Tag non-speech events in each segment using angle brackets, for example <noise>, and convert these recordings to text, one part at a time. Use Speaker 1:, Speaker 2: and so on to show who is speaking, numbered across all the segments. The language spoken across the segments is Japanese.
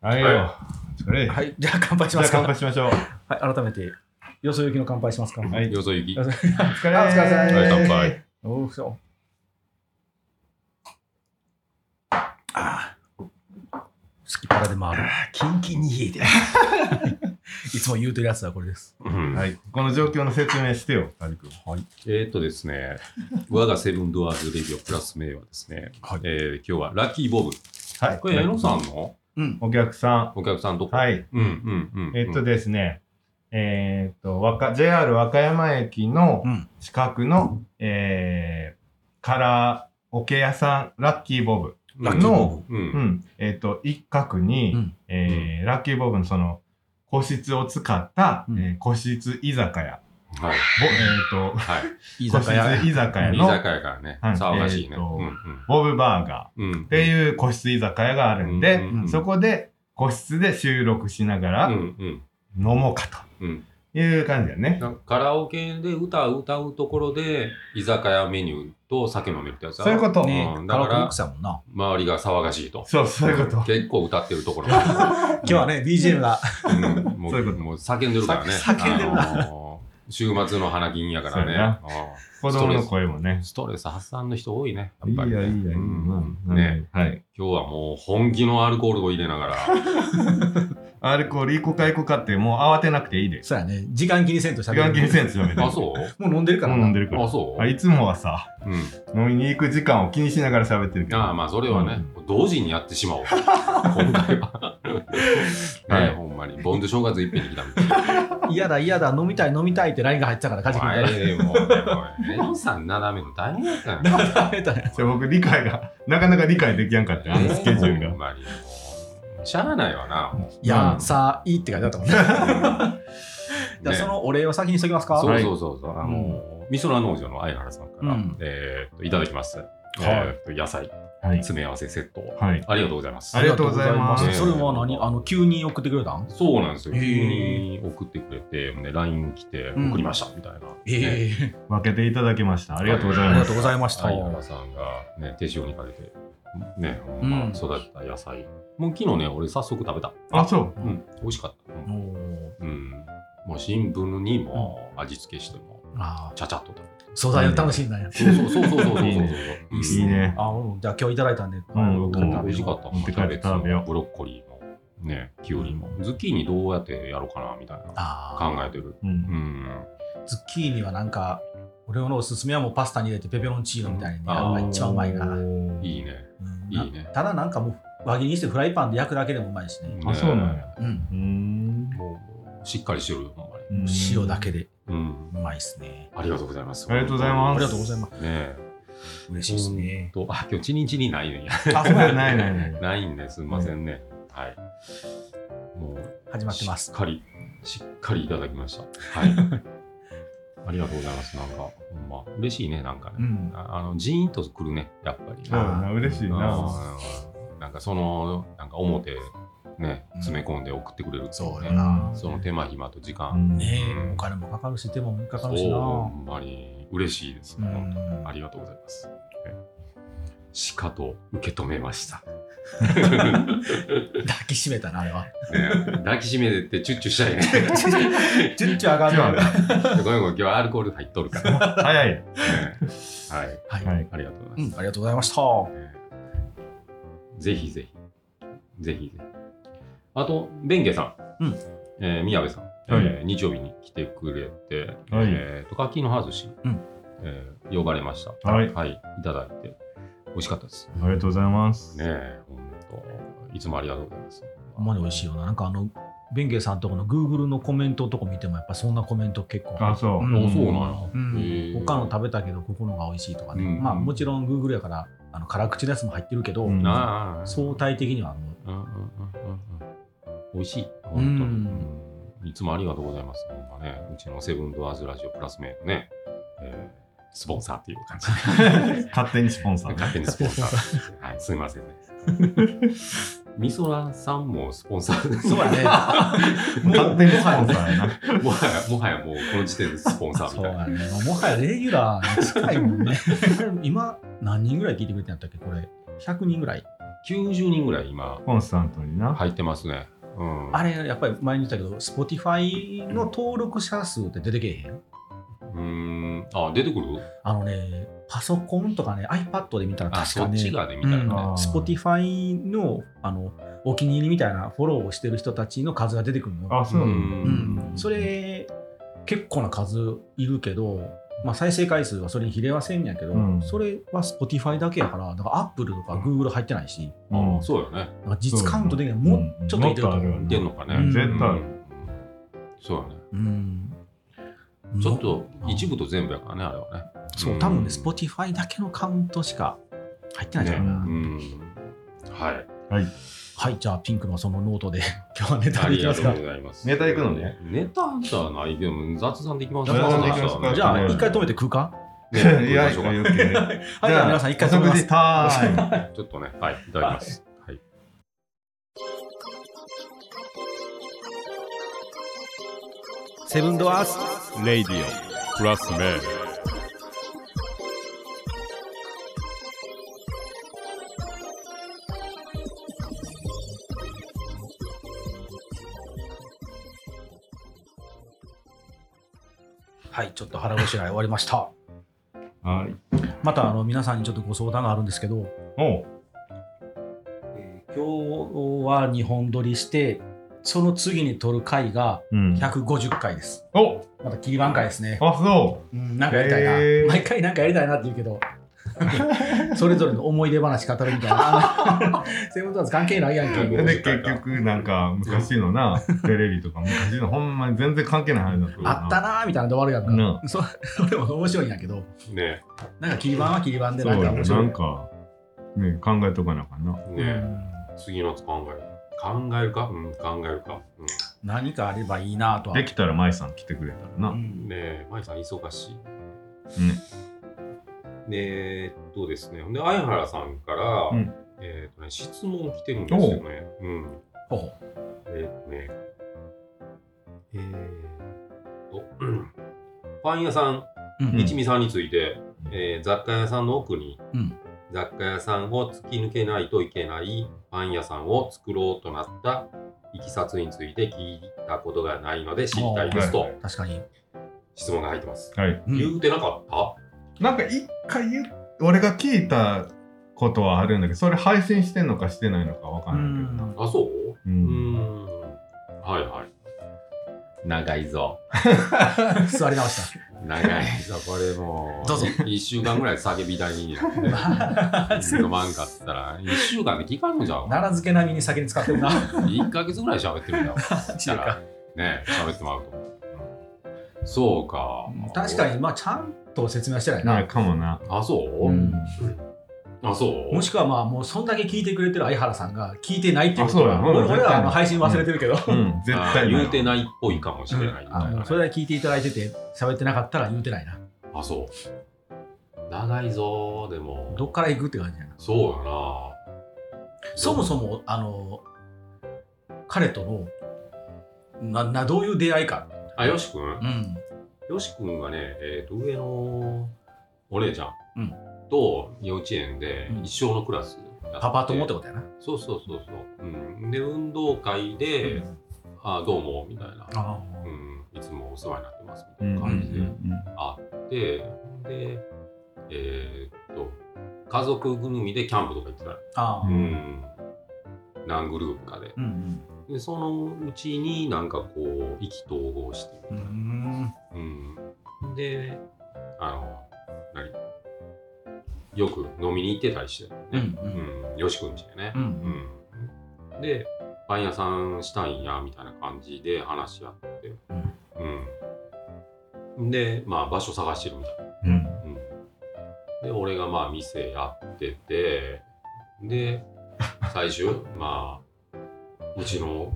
Speaker 1: はい
Speaker 2: はい
Speaker 1: よ。お疲れ。
Speaker 3: はい、じゃあ乾杯し
Speaker 1: じゃ
Speaker 3: ま
Speaker 1: あ
Speaker 3: すか。
Speaker 1: 乾杯しましょう。
Speaker 3: はい、改めて、よそよきの乾杯しますか。
Speaker 1: はい。
Speaker 2: よそ行き
Speaker 3: よ。そ
Speaker 1: お疲れ。
Speaker 3: あお疲れ様です
Speaker 2: はい乾杯。
Speaker 3: おうそう。ああ、好きパラで回る。キンキンに冷えてる。 <laughs> いつも言うてるやつはこれです。
Speaker 2: うん
Speaker 1: はい。この状況の説明してよ、カリ君。
Speaker 2: <laughs> えーっとですね、我がセブンドアーズレディオプラス名はですね、
Speaker 1: はい
Speaker 2: えー今日はラッキーボブ。
Speaker 1: はい。
Speaker 2: これ、矢野さんの
Speaker 3: うん。
Speaker 1: お客さ
Speaker 2: お客さんと
Speaker 1: ん。
Speaker 2: こ。
Speaker 1: はい。
Speaker 2: うんうんうん。
Speaker 1: えっとですね、えーっと、わか JR 和歌山駅の
Speaker 3: うん
Speaker 1: 近くの、えー、カラオケ屋さん、ラッキーボブ。
Speaker 2: うん、
Speaker 3: ラッキーボ
Speaker 2: ブ。
Speaker 1: う
Speaker 2: う。
Speaker 1: んん。えーっと、一角に、
Speaker 3: うん
Speaker 1: えーラッキーボブのその、個室を使った、
Speaker 3: うん
Speaker 1: えー個室居酒屋。
Speaker 2: は
Speaker 1: ぼ
Speaker 2: い。
Speaker 1: えーっと、
Speaker 2: はい。
Speaker 3: 居
Speaker 1: 個室
Speaker 3: 酒屋。
Speaker 1: 居酒屋
Speaker 2: 居
Speaker 1: の
Speaker 2: 酒屋からね、
Speaker 1: はい
Speaker 2: 騒がしいね。
Speaker 1: えーっと
Speaker 2: うん
Speaker 1: ボブバーガー。
Speaker 2: うんうん。っ
Speaker 1: っていう個室居酒屋があるんで、
Speaker 3: うん
Speaker 1: そこで個室で収録しなが
Speaker 2: う
Speaker 1: ら
Speaker 2: んう
Speaker 1: 飲
Speaker 2: ん
Speaker 1: もうか
Speaker 2: うん。
Speaker 1: という感じだよね。
Speaker 2: なんかカラオケで歌を歌うところで、居酒屋メニューと酒飲めるってやつだ
Speaker 1: そういうこと。
Speaker 3: ね
Speaker 2: うん、だ
Speaker 3: カラ
Speaker 2: か
Speaker 3: オケミッ
Speaker 2: ら
Speaker 3: クスやもんな。
Speaker 2: 周りが騒がしいと。
Speaker 1: そう、そういうこと。
Speaker 2: 結構歌ってる
Speaker 1: <laughs>
Speaker 2: ところ。
Speaker 3: 今日はね、BGM が。
Speaker 2: うんも
Speaker 1: そういう
Speaker 2: う
Speaker 1: こと
Speaker 2: もう叫んでるからね。
Speaker 3: さ叫んでるな
Speaker 2: あのー週末の花金やから
Speaker 1: そう
Speaker 2: ね。
Speaker 1: やな
Speaker 2: あ
Speaker 1: 子供の声も
Speaker 2: ー
Speaker 1: ね。
Speaker 2: ストレス発散の人多いね。や
Speaker 1: い
Speaker 2: っ
Speaker 1: いやい
Speaker 2: ぱ
Speaker 1: い
Speaker 2: りね
Speaker 1: やいいや。
Speaker 2: うん
Speaker 1: まあ
Speaker 2: ね。
Speaker 1: はい。
Speaker 2: 今日はもう本気のアルコールを入れなが
Speaker 1: <laughs>
Speaker 2: ら。
Speaker 1: アルコール、いこかいこかって、もう慌てなくていいです。
Speaker 3: そうやね。時間気にせんとしゃ
Speaker 1: 時
Speaker 3: べ
Speaker 1: 間気にせ
Speaker 3: ん。
Speaker 1: ん強めて。
Speaker 2: あ、そう
Speaker 3: もう飲んでるから
Speaker 1: もう
Speaker 3: な。
Speaker 1: 飲んでるか
Speaker 2: あ、
Speaker 1: ら。
Speaker 2: そう
Speaker 1: あいつもはさ、
Speaker 2: うん。
Speaker 1: 飲みに行く時間を気にしながら喋ってるけど。
Speaker 2: ああ、まあそれはね、同時にやって
Speaker 1: <laughs>
Speaker 2: しまおう。今回は。
Speaker 1: は
Speaker 2: ね
Speaker 1: い
Speaker 2: ほんまに。ボンで正月いっぺんに来たみたいな。
Speaker 3: 嫌だ嫌だ、飲みたい飲みたいって LINE が入ってたから、カジ
Speaker 2: お
Speaker 3: 君
Speaker 2: 前
Speaker 3: が。
Speaker 2: もうね、おいレンさん斜めの大変やったんや
Speaker 3: <laughs> えたね。
Speaker 1: それ僕理解が、なかなか理解できやんか <laughs> ったよあのスケジュー
Speaker 2: ほ
Speaker 1: ル
Speaker 2: ん
Speaker 1: が。
Speaker 2: まにもうしゃあないわな。もう
Speaker 3: や
Speaker 1: うん
Speaker 3: さいって書いてあったもんね。じゃあ
Speaker 2: ね
Speaker 3: そのお礼を先にしときますか。
Speaker 2: そうそうそうそう、あのー、味噌ラ農場の相原さんから、
Speaker 3: うん
Speaker 2: えーっといただきます。えーっと野菜
Speaker 1: はい。
Speaker 2: 詰め合わせセットを、
Speaker 1: はい。
Speaker 2: ありがとうございます
Speaker 1: あ。りがとうございます
Speaker 3: ありがとうございまそれは何あの急に送ってくれたん
Speaker 2: そうなんですよ。
Speaker 3: へ
Speaker 2: 急
Speaker 3: ー
Speaker 2: に送ってくれて、ね、LINE 来て
Speaker 3: うん
Speaker 2: 送りました、みたいな。ね
Speaker 3: ええ
Speaker 1: 分けていただきました。ありがとうござい
Speaker 3: あり
Speaker 1: ま
Speaker 3: が
Speaker 1: す
Speaker 3: と。うございました。
Speaker 2: 相原さんが、ね、手塩にかけて、ね、ほん
Speaker 3: う
Speaker 2: ま
Speaker 3: ん
Speaker 2: 育てた野菜。もう昨日ね、俺早速食べた。
Speaker 1: あ、そう。
Speaker 2: うん、美味しかった。うん
Speaker 3: おー
Speaker 2: うん、もう新聞にも味付けしても、
Speaker 3: あー
Speaker 2: ちゃちゃっと食
Speaker 3: 素材を楽しんだんや。
Speaker 2: べて。そうそうそうそうそうそうそう。
Speaker 1: いいね
Speaker 2: うん
Speaker 1: いいね。
Speaker 3: あーうんじゃあ今日いただいたんで。
Speaker 1: ん
Speaker 3: 僕
Speaker 2: うん
Speaker 3: も
Speaker 2: 美味しかった。
Speaker 1: 持って
Speaker 2: キ
Speaker 1: 帰っ
Speaker 2: ャベ
Speaker 1: て
Speaker 2: ツ
Speaker 1: 食べよ
Speaker 2: も
Speaker 1: う
Speaker 2: ブロッコリーも、ね、キュウリも。ズッキーニどうやってやろうかなみたいな考
Speaker 3: あ
Speaker 2: えてる。
Speaker 1: う。
Speaker 2: うんん。
Speaker 3: あ、ズッキーニはなんか、俺のおすすめはもうパスタに入れてペペロンチーノみたいにね、
Speaker 2: うん
Speaker 3: やっぱ一番うまいな。うん
Speaker 2: いいね。いいね
Speaker 3: なただなんかもう輪切りにしてフライパンで焼くだけでもうまいしね。
Speaker 1: あそうなんや
Speaker 3: うん。
Speaker 1: うん。
Speaker 2: もう、しっかりしてるよ、ほんまに。
Speaker 3: 塩だけで
Speaker 2: うん。
Speaker 3: うまいっすね。
Speaker 2: ありがとうございます。。
Speaker 1: ありがとうございます
Speaker 3: ありがとうございます
Speaker 2: ね
Speaker 3: す。嬉しいですね。
Speaker 2: と、あ、今日、チニチニないんや。 <laughs>
Speaker 1: あ、そうや、 <laughs> ないないない。
Speaker 2: ないんです。すいませんね。はい。もう、
Speaker 3: 始まってま
Speaker 2: し
Speaker 3: す
Speaker 2: っ。かり、しっかりいただきました。
Speaker 1: <laughs>
Speaker 2: はい。ありがとうございます。なんか、ほんま、嬉しいね、なんかね。
Speaker 3: うん。
Speaker 2: ああのジーンとくるね、やっぱり。
Speaker 1: そうやな、嬉しいな。
Speaker 2: うんなんかその、なんか表、ね、詰め込んで送ってくれるってい
Speaker 3: そう
Speaker 2: ね
Speaker 3: やな。
Speaker 2: その手間暇と時
Speaker 1: う
Speaker 2: 間。
Speaker 1: ん
Speaker 3: ね
Speaker 2: うん
Speaker 3: え、お金もかかるし、手もかか
Speaker 2: そ
Speaker 3: る
Speaker 2: う、
Speaker 3: しな。
Speaker 2: ほんまに嬉しいです。
Speaker 3: うん
Speaker 2: 本当にありがとうございます。しかと受け止めました。
Speaker 3: 抱きしめたな、あれは。
Speaker 2: ね抱きしめてってチュッチュしたいね。
Speaker 3: 順調上がる
Speaker 1: 今日は
Speaker 2: ごめんごめん、今日はアルコール入っとるから。ね
Speaker 1: 早い。
Speaker 2: はい、
Speaker 3: はい、
Speaker 1: はい。
Speaker 2: ありがとうございます
Speaker 3: う。ん。ありがとうございました。は
Speaker 2: えーぜひぜひ。ぜひぜひ。あと、弁慶さん。
Speaker 3: うん
Speaker 2: えー宮部さん、
Speaker 1: はい
Speaker 2: えー日曜日に来てくれて、
Speaker 1: はい
Speaker 2: えー、トカキのハズシ、
Speaker 3: うん
Speaker 2: えー呼ばれました。
Speaker 1: はい
Speaker 2: いただいて、美味しかったです。
Speaker 1: ありがとうございます。
Speaker 2: ねえ、ほんといつもありがとうございます。
Speaker 3: ほんまに美味しいよな。なんかあの、弁慶さんとこの Google のコメントとか見ても、やっぱそんなコメント結構。
Speaker 1: あ、そう。
Speaker 3: う
Speaker 2: あそ
Speaker 3: ん
Speaker 2: うなん
Speaker 3: う
Speaker 2: や。
Speaker 3: ん、
Speaker 2: へえ
Speaker 3: 他の食べたけど、ここのが美味しいとかね。
Speaker 2: うん
Speaker 3: まあもちろん Google やから、あの辛口のやつも入ってるけど、
Speaker 1: うん
Speaker 2: ああああ、
Speaker 3: 相対的にはもう、
Speaker 2: うんうんうんうんうん美味しい、本当に、
Speaker 3: うん
Speaker 2: うんいつもありがとうございます。ほんまね、うちのセブンドアーズラジオプラスメイのね、えースポンサーっていう
Speaker 3: <laughs>
Speaker 2: 感じ。
Speaker 1: 勝手にスポンサー。
Speaker 2: 勝手にスポンサー。はい、すみませんね。みそらさんもスポンサー。
Speaker 3: そうやね。
Speaker 1: <laughs> 勝手にスポンサーやな。
Speaker 2: もはや、もはやもうこの時点でスポンサー
Speaker 3: <laughs> そ
Speaker 2: み
Speaker 3: う
Speaker 2: たい
Speaker 3: や
Speaker 2: な。
Speaker 3: ね。もはやレギュラーに近いもんね。今、何人ぐらい聞いてくれてんやったっけこれ、100人ぐらい
Speaker 2: 90人ぐらい今
Speaker 1: コンスタントにな。
Speaker 2: 入ってますね。うん。
Speaker 3: あれ、やっぱり前に言ったけど、Spotify の登録者数って出てけえへん
Speaker 2: うーん。あ、出てくる
Speaker 3: あのね、パソコンとかね、iPad で見たら
Speaker 2: あ、
Speaker 3: 確
Speaker 2: そ
Speaker 3: か
Speaker 2: っ
Speaker 3: ね、
Speaker 2: ち側で見たら
Speaker 3: うん
Speaker 2: ね。
Speaker 3: Spotify のあのお気に入りみたいなフォローをしてる人たちの数が出てくるの。
Speaker 1: あ、そうな
Speaker 2: うん
Speaker 1: だ。
Speaker 3: うん
Speaker 2: ん
Speaker 3: それ、結構な数いるけど、まあ、再生回数はそれに比例はせんやけど、
Speaker 1: うん
Speaker 3: それは Spotify だけやから、だから Apple とか Google 入ってないし、
Speaker 1: うん
Speaker 2: あそうよね。
Speaker 3: なんか実カウントできない、
Speaker 1: そう
Speaker 3: もうちょっといてると思
Speaker 1: う
Speaker 3: う。
Speaker 1: ん
Speaker 2: 出んのかね。
Speaker 3: うん
Speaker 1: 絶対ある
Speaker 2: うんそうよね。
Speaker 3: うん
Speaker 2: ちょっと
Speaker 3: うん
Speaker 2: 一部と全部やからね、あれはね。
Speaker 3: そう、多分ね、Spotify だけのカウントしか入ってないじゃ
Speaker 2: ね。
Speaker 3: ん
Speaker 2: う
Speaker 3: かな。
Speaker 2: ん。はい。
Speaker 3: はい、じゃあ、ピンクのそのノートで <laughs> 今日はネタ
Speaker 2: あ
Speaker 3: にい
Speaker 2: り
Speaker 3: き
Speaker 2: が
Speaker 3: ます
Speaker 2: と
Speaker 3: か
Speaker 2: う。ございます。
Speaker 1: ネタ行くのね。
Speaker 2: ネタじゃないけど、雑談できます
Speaker 1: 雑談
Speaker 3: でき
Speaker 1: ますか
Speaker 2: ね
Speaker 3: じゃ
Speaker 1: は
Speaker 3: あ、
Speaker 1: い
Speaker 3: 一回止めて食うか
Speaker 1: い
Speaker 2: ね
Speaker 1: や、い
Speaker 2: 行きましょうか
Speaker 1: や、よくね。
Speaker 3: はい、じゃあ皆さん一回止めます。
Speaker 1: お食事タイム。
Speaker 2: ちょっとね、はい、いただきます。はい。
Speaker 3: セブンドアース。
Speaker 4: レイディオプラスメン
Speaker 3: はい、ちょっと腹ごしらえ終わりました。
Speaker 1: <laughs> はい。
Speaker 3: また、あの、皆さんにちょっとご相談があるんですけど、
Speaker 1: おう
Speaker 3: えー今日は2本撮りして、その次に撮る回が
Speaker 1: うん。
Speaker 3: 150回です。
Speaker 1: お
Speaker 3: また切り番回ですね。
Speaker 1: あ、そ
Speaker 3: うん、なんかやりたい
Speaker 1: へ
Speaker 3: な、
Speaker 1: ー
Speaker 3: 毎回なんかやりたいなって言うけど <laughs> それぞれの思い出話語るみたいな <laughs> そういうことは関係ないやん
Speaker 1: う。
Speaker 3: け
Speaker 1: で、結局、なんか、昔のな、テレビとか、昔の、ほんまに全然関係ない話だったからな
Speaker 3: あったなーみたいなので終わるやんか、
Speaker 1: な
Speaker 3: そ <laughs> それも面白いんやけど
Speaker 2: ね、
Speaker 3: なんか切り板は切り板で
Speaker 1: そ
Speaker 3: なん
Speaker 1: う
Speaker 3: か
Speaker 1: や
Speaker 3: 面
Speaker 1: な、
Speaker 3: 白
Speaker 1: ないんか、ね、考えとかなあかんな。
Speaker 2: ね、
Speaker 3: うん
Speaker 2: 次のやつ考える。考えるかうん、考えるか。
Speaker 3: 何かあればいいなとは
Speaker 1: できたら、舞さん来てくれたら
Speaker 3: う
Speaker 1: な。
Speaker 2: うんん、ねえ、舞さん忙しい。
Speaker 1: ね。
Speaker 2: ねえ、えっとですね。ほんで、相原さんから、
Speaker 1: うん
Speaker 2: えっとね、質問来てるんですよね。うん。
Speaker 3: ほう
Speaker 2: えーっとね、えー、と、うんパン屋さん、
Speaker 3: うん
Speaker 2: 一味さんについて、えー雑貨屋さんの奥に、
Speaker 3: うん
Speaker 2: 雑貨屋さんを突き抜けないといけないパン屋さんを作ろうとなったいきさつについて聞いたことがないので知りたいです
Speaker 1: はい
Speaker 2: と
Speaker 1: はい
Speaker 3: 確かに、
Speaker 2: 質問が入ってます。
Speaker 1: はい。
Speaker 3: うん
Speaker 2: 言うてなかった
Speaker 1: なんか、一回言う、俺が聞いたことはあるんだけど、それ配信してんのかしてないのかわかんないけどな。
Speaker 2: あ、そう
Speaker 1: う。
Speaker 2: うんん。はいはい。長いぞ。
Speaker 3: うん座り
Speaker 1: <laughs>
Speaker 3: 直し
Speaker 2: 長いぞ、これも
Speaker 3: <laughs> どうぞ。
Speaker 2: 1週間ぐらい叫び台
Speaker 3: <laughs>
Speaker 2: になって。
Speaker 3: た
Speaker 2: 飲まんかったら、1週間で聞かんのじゃん。
Speaker 3: 奈良漬け並みに酒に使ってるな
Speaker 2: 1ヶ月ぐらい喋ってるんだよ。
Speaker 3: 違うか
Speaker 2: ね、喋ってもらうと。うんそうか。
Speaker 3: 確かに。まあちゃんと説明はしてない
Speaker 1: な
Speaker 3: な、
Speaker 1: んかもな。
Speaker 2: あ、そう、
Speaker 3: うん
Speaker 2: あ、そう
Speaker 3: もしくはまあもうそんだけ聞いてくれてる相原さんが聞いてないっていうこと
Speaker 1: あそう
Speaker 3: は
Speaker 1: だ
Speaker 3: 俺
Speaker 1: うん
Speaker 3: 俺らはあの
Speaker 1: 絶対
Speaker 3: 配信忘れてるけど、
Speaker 1: うん、絶
Speaker 2: あ
Speaker 1: 対
Speaker 2: 言うて
Speaker 1: い。
Speaker 2: ないっぽいかもしれないみたいな
Speaker 3: あ
Speaker 2: ね、
Speaker 3: のそれだけ聞いていただいてて喋ってなかったら言うてないな
Speaker 2: あ、そう。長いぞ、でも。
Speaker 3: どっから行くって感じやな
Speaker 2: そうやな。
Speaker 3: そもそもあの彼とのななどういう出会いか、
Speaker 2: あ、よしくん
Speaker 3: うん、
Speaker 2: よしくんがね、えっ、と、上のお姉ちゃん、
Speaker 3: うん
Speaker 2: と幼稚園で一生のクラスやって
Speaker 3: パパ友ってことやな、
Speaker 2: そうそうそうそう。うん、で、運動会で、あどうも、みたいな、
Speaker 3: あ
Speaker 2: う
Speaker 3: ー
Speaker 2: ん、いつもお世話になってます、
Speaker 1: う
Speaker 2: みたい
Speaker 1: ん
Speaker 2: な
Speaker 1: う
Speaker 2: 感じで
Speaker 1: ん
Speaker 2: あって、で、えーっと、家族ぐるみでキャンプとか行ってたよ
Speaker 3: あ
Speaker 1: う
Speaker 3: ー
Speaker 1: ん
Speaker 2: うん。何グループかで。
Speaker 3: うん
Speaker 2: で、そのうちになんかこう、意気投合してみたいな
Speaker 3: うんうん
Speaker 2: うん、であの何よく飲みに行ってたりして、ね
Speaker 3: うんうん
Speaker 2: うんよしくんちでね
Speaker 3: う、
Speaker 2: うんんでパン屋さんしたいんやみたいな感じで話し合って、うんでまあ場所探してるみたい
Speaker 1: うん
Speaker 2: な、うんで俺がまあ店やっててで最終まあうちの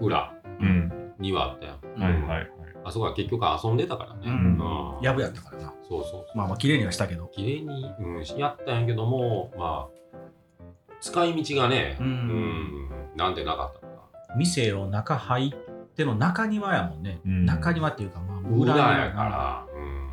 Speaker 2: 裏
Speaker 1: うん
Speaker 2: にはあったやん、
Speaker 1: うんはいはいはい
Speaker 2: あそこは結局遊んでたからね、
Speaker 3: うん
Speaker 2: うん
Speaker 3: やぶやったからな
Speaker 2: そうそう
Speaker 3: まあまあ綺麗にはしたけど
Speaker 2: 綺麗に、うん、やったんやけどもまあ使い道がね、
Speaker 3: うん
Speaker 2: うんなんでなかったのか
Speaker 3: 店を中入っての中庭やもんね、
Speaker 1: うん
Speaker 3: 中庭っていうかまあ
Speaker 2: 裏
Speaker 3: 裏
Speaker 2: やから、うん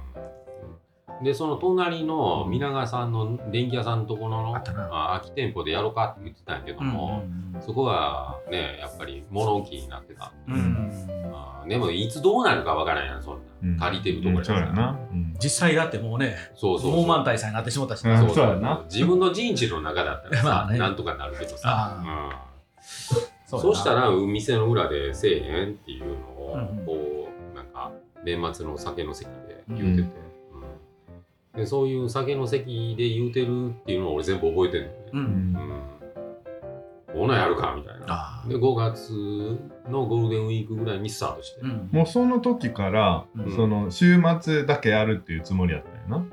Speaker 2: でその隣の皆川さんの電気屋さんのところの
Speaker 3: あったな
Speaker 2: あ空き店舗でやろうかって言ってたんやけども、そこはねやっぱり物置になってた、
Speaker 3: うんうん
Speaker 2: あーでもいつどうなるかわからんやんそんな、
Speaker 1: うん
Speaker 2: 借りてるとこ
Speaker 1: う
Speaker 2: ろ
Speaker 1: んそうやな。うん
Speaker 3: 実際だってもうね、
Speaker 2: そうそうそう
Speaker 3: 大満体さんになってしまったし
Speaker 1: う
Speaker 3: な。
Speaker 1: ん
Speaker 2: そう
Speaker 1: そうやな
Speaker 2: 自分の陣地の中だったら
Speaker 3: <laughs> ま
Speaker 2: さ、
Speaker 3: あね
Speaker 2: なんとかなるけどさ
Speaker 3: あ、
Speaker 2: うん、
Speaker 3: う
Speaker 2: そうした
Speaker 3: ら、
Speaker 2: らお店の裏でせえへんっていうのを、
Speaker 3: うんうん
Speaker 2: こうなんか年末の酒の席で言うてて、うんでそういう酒の席で言うてるっていうのを俺全部覚えてるんだよね
Speaker 3: う。
Speaker 1: うんん
Speaker 2: うん、オーナーやるかみたいな。
Speaker 3: ああ
Speaker 2: で、5月のゴールデンウィークぐらいにスタートして、
Speaker 3: うん
Speaker 1: もうその時から、
Speaker 3: うん
Speaker 1: その週末だけやるっていうつもりやったよな。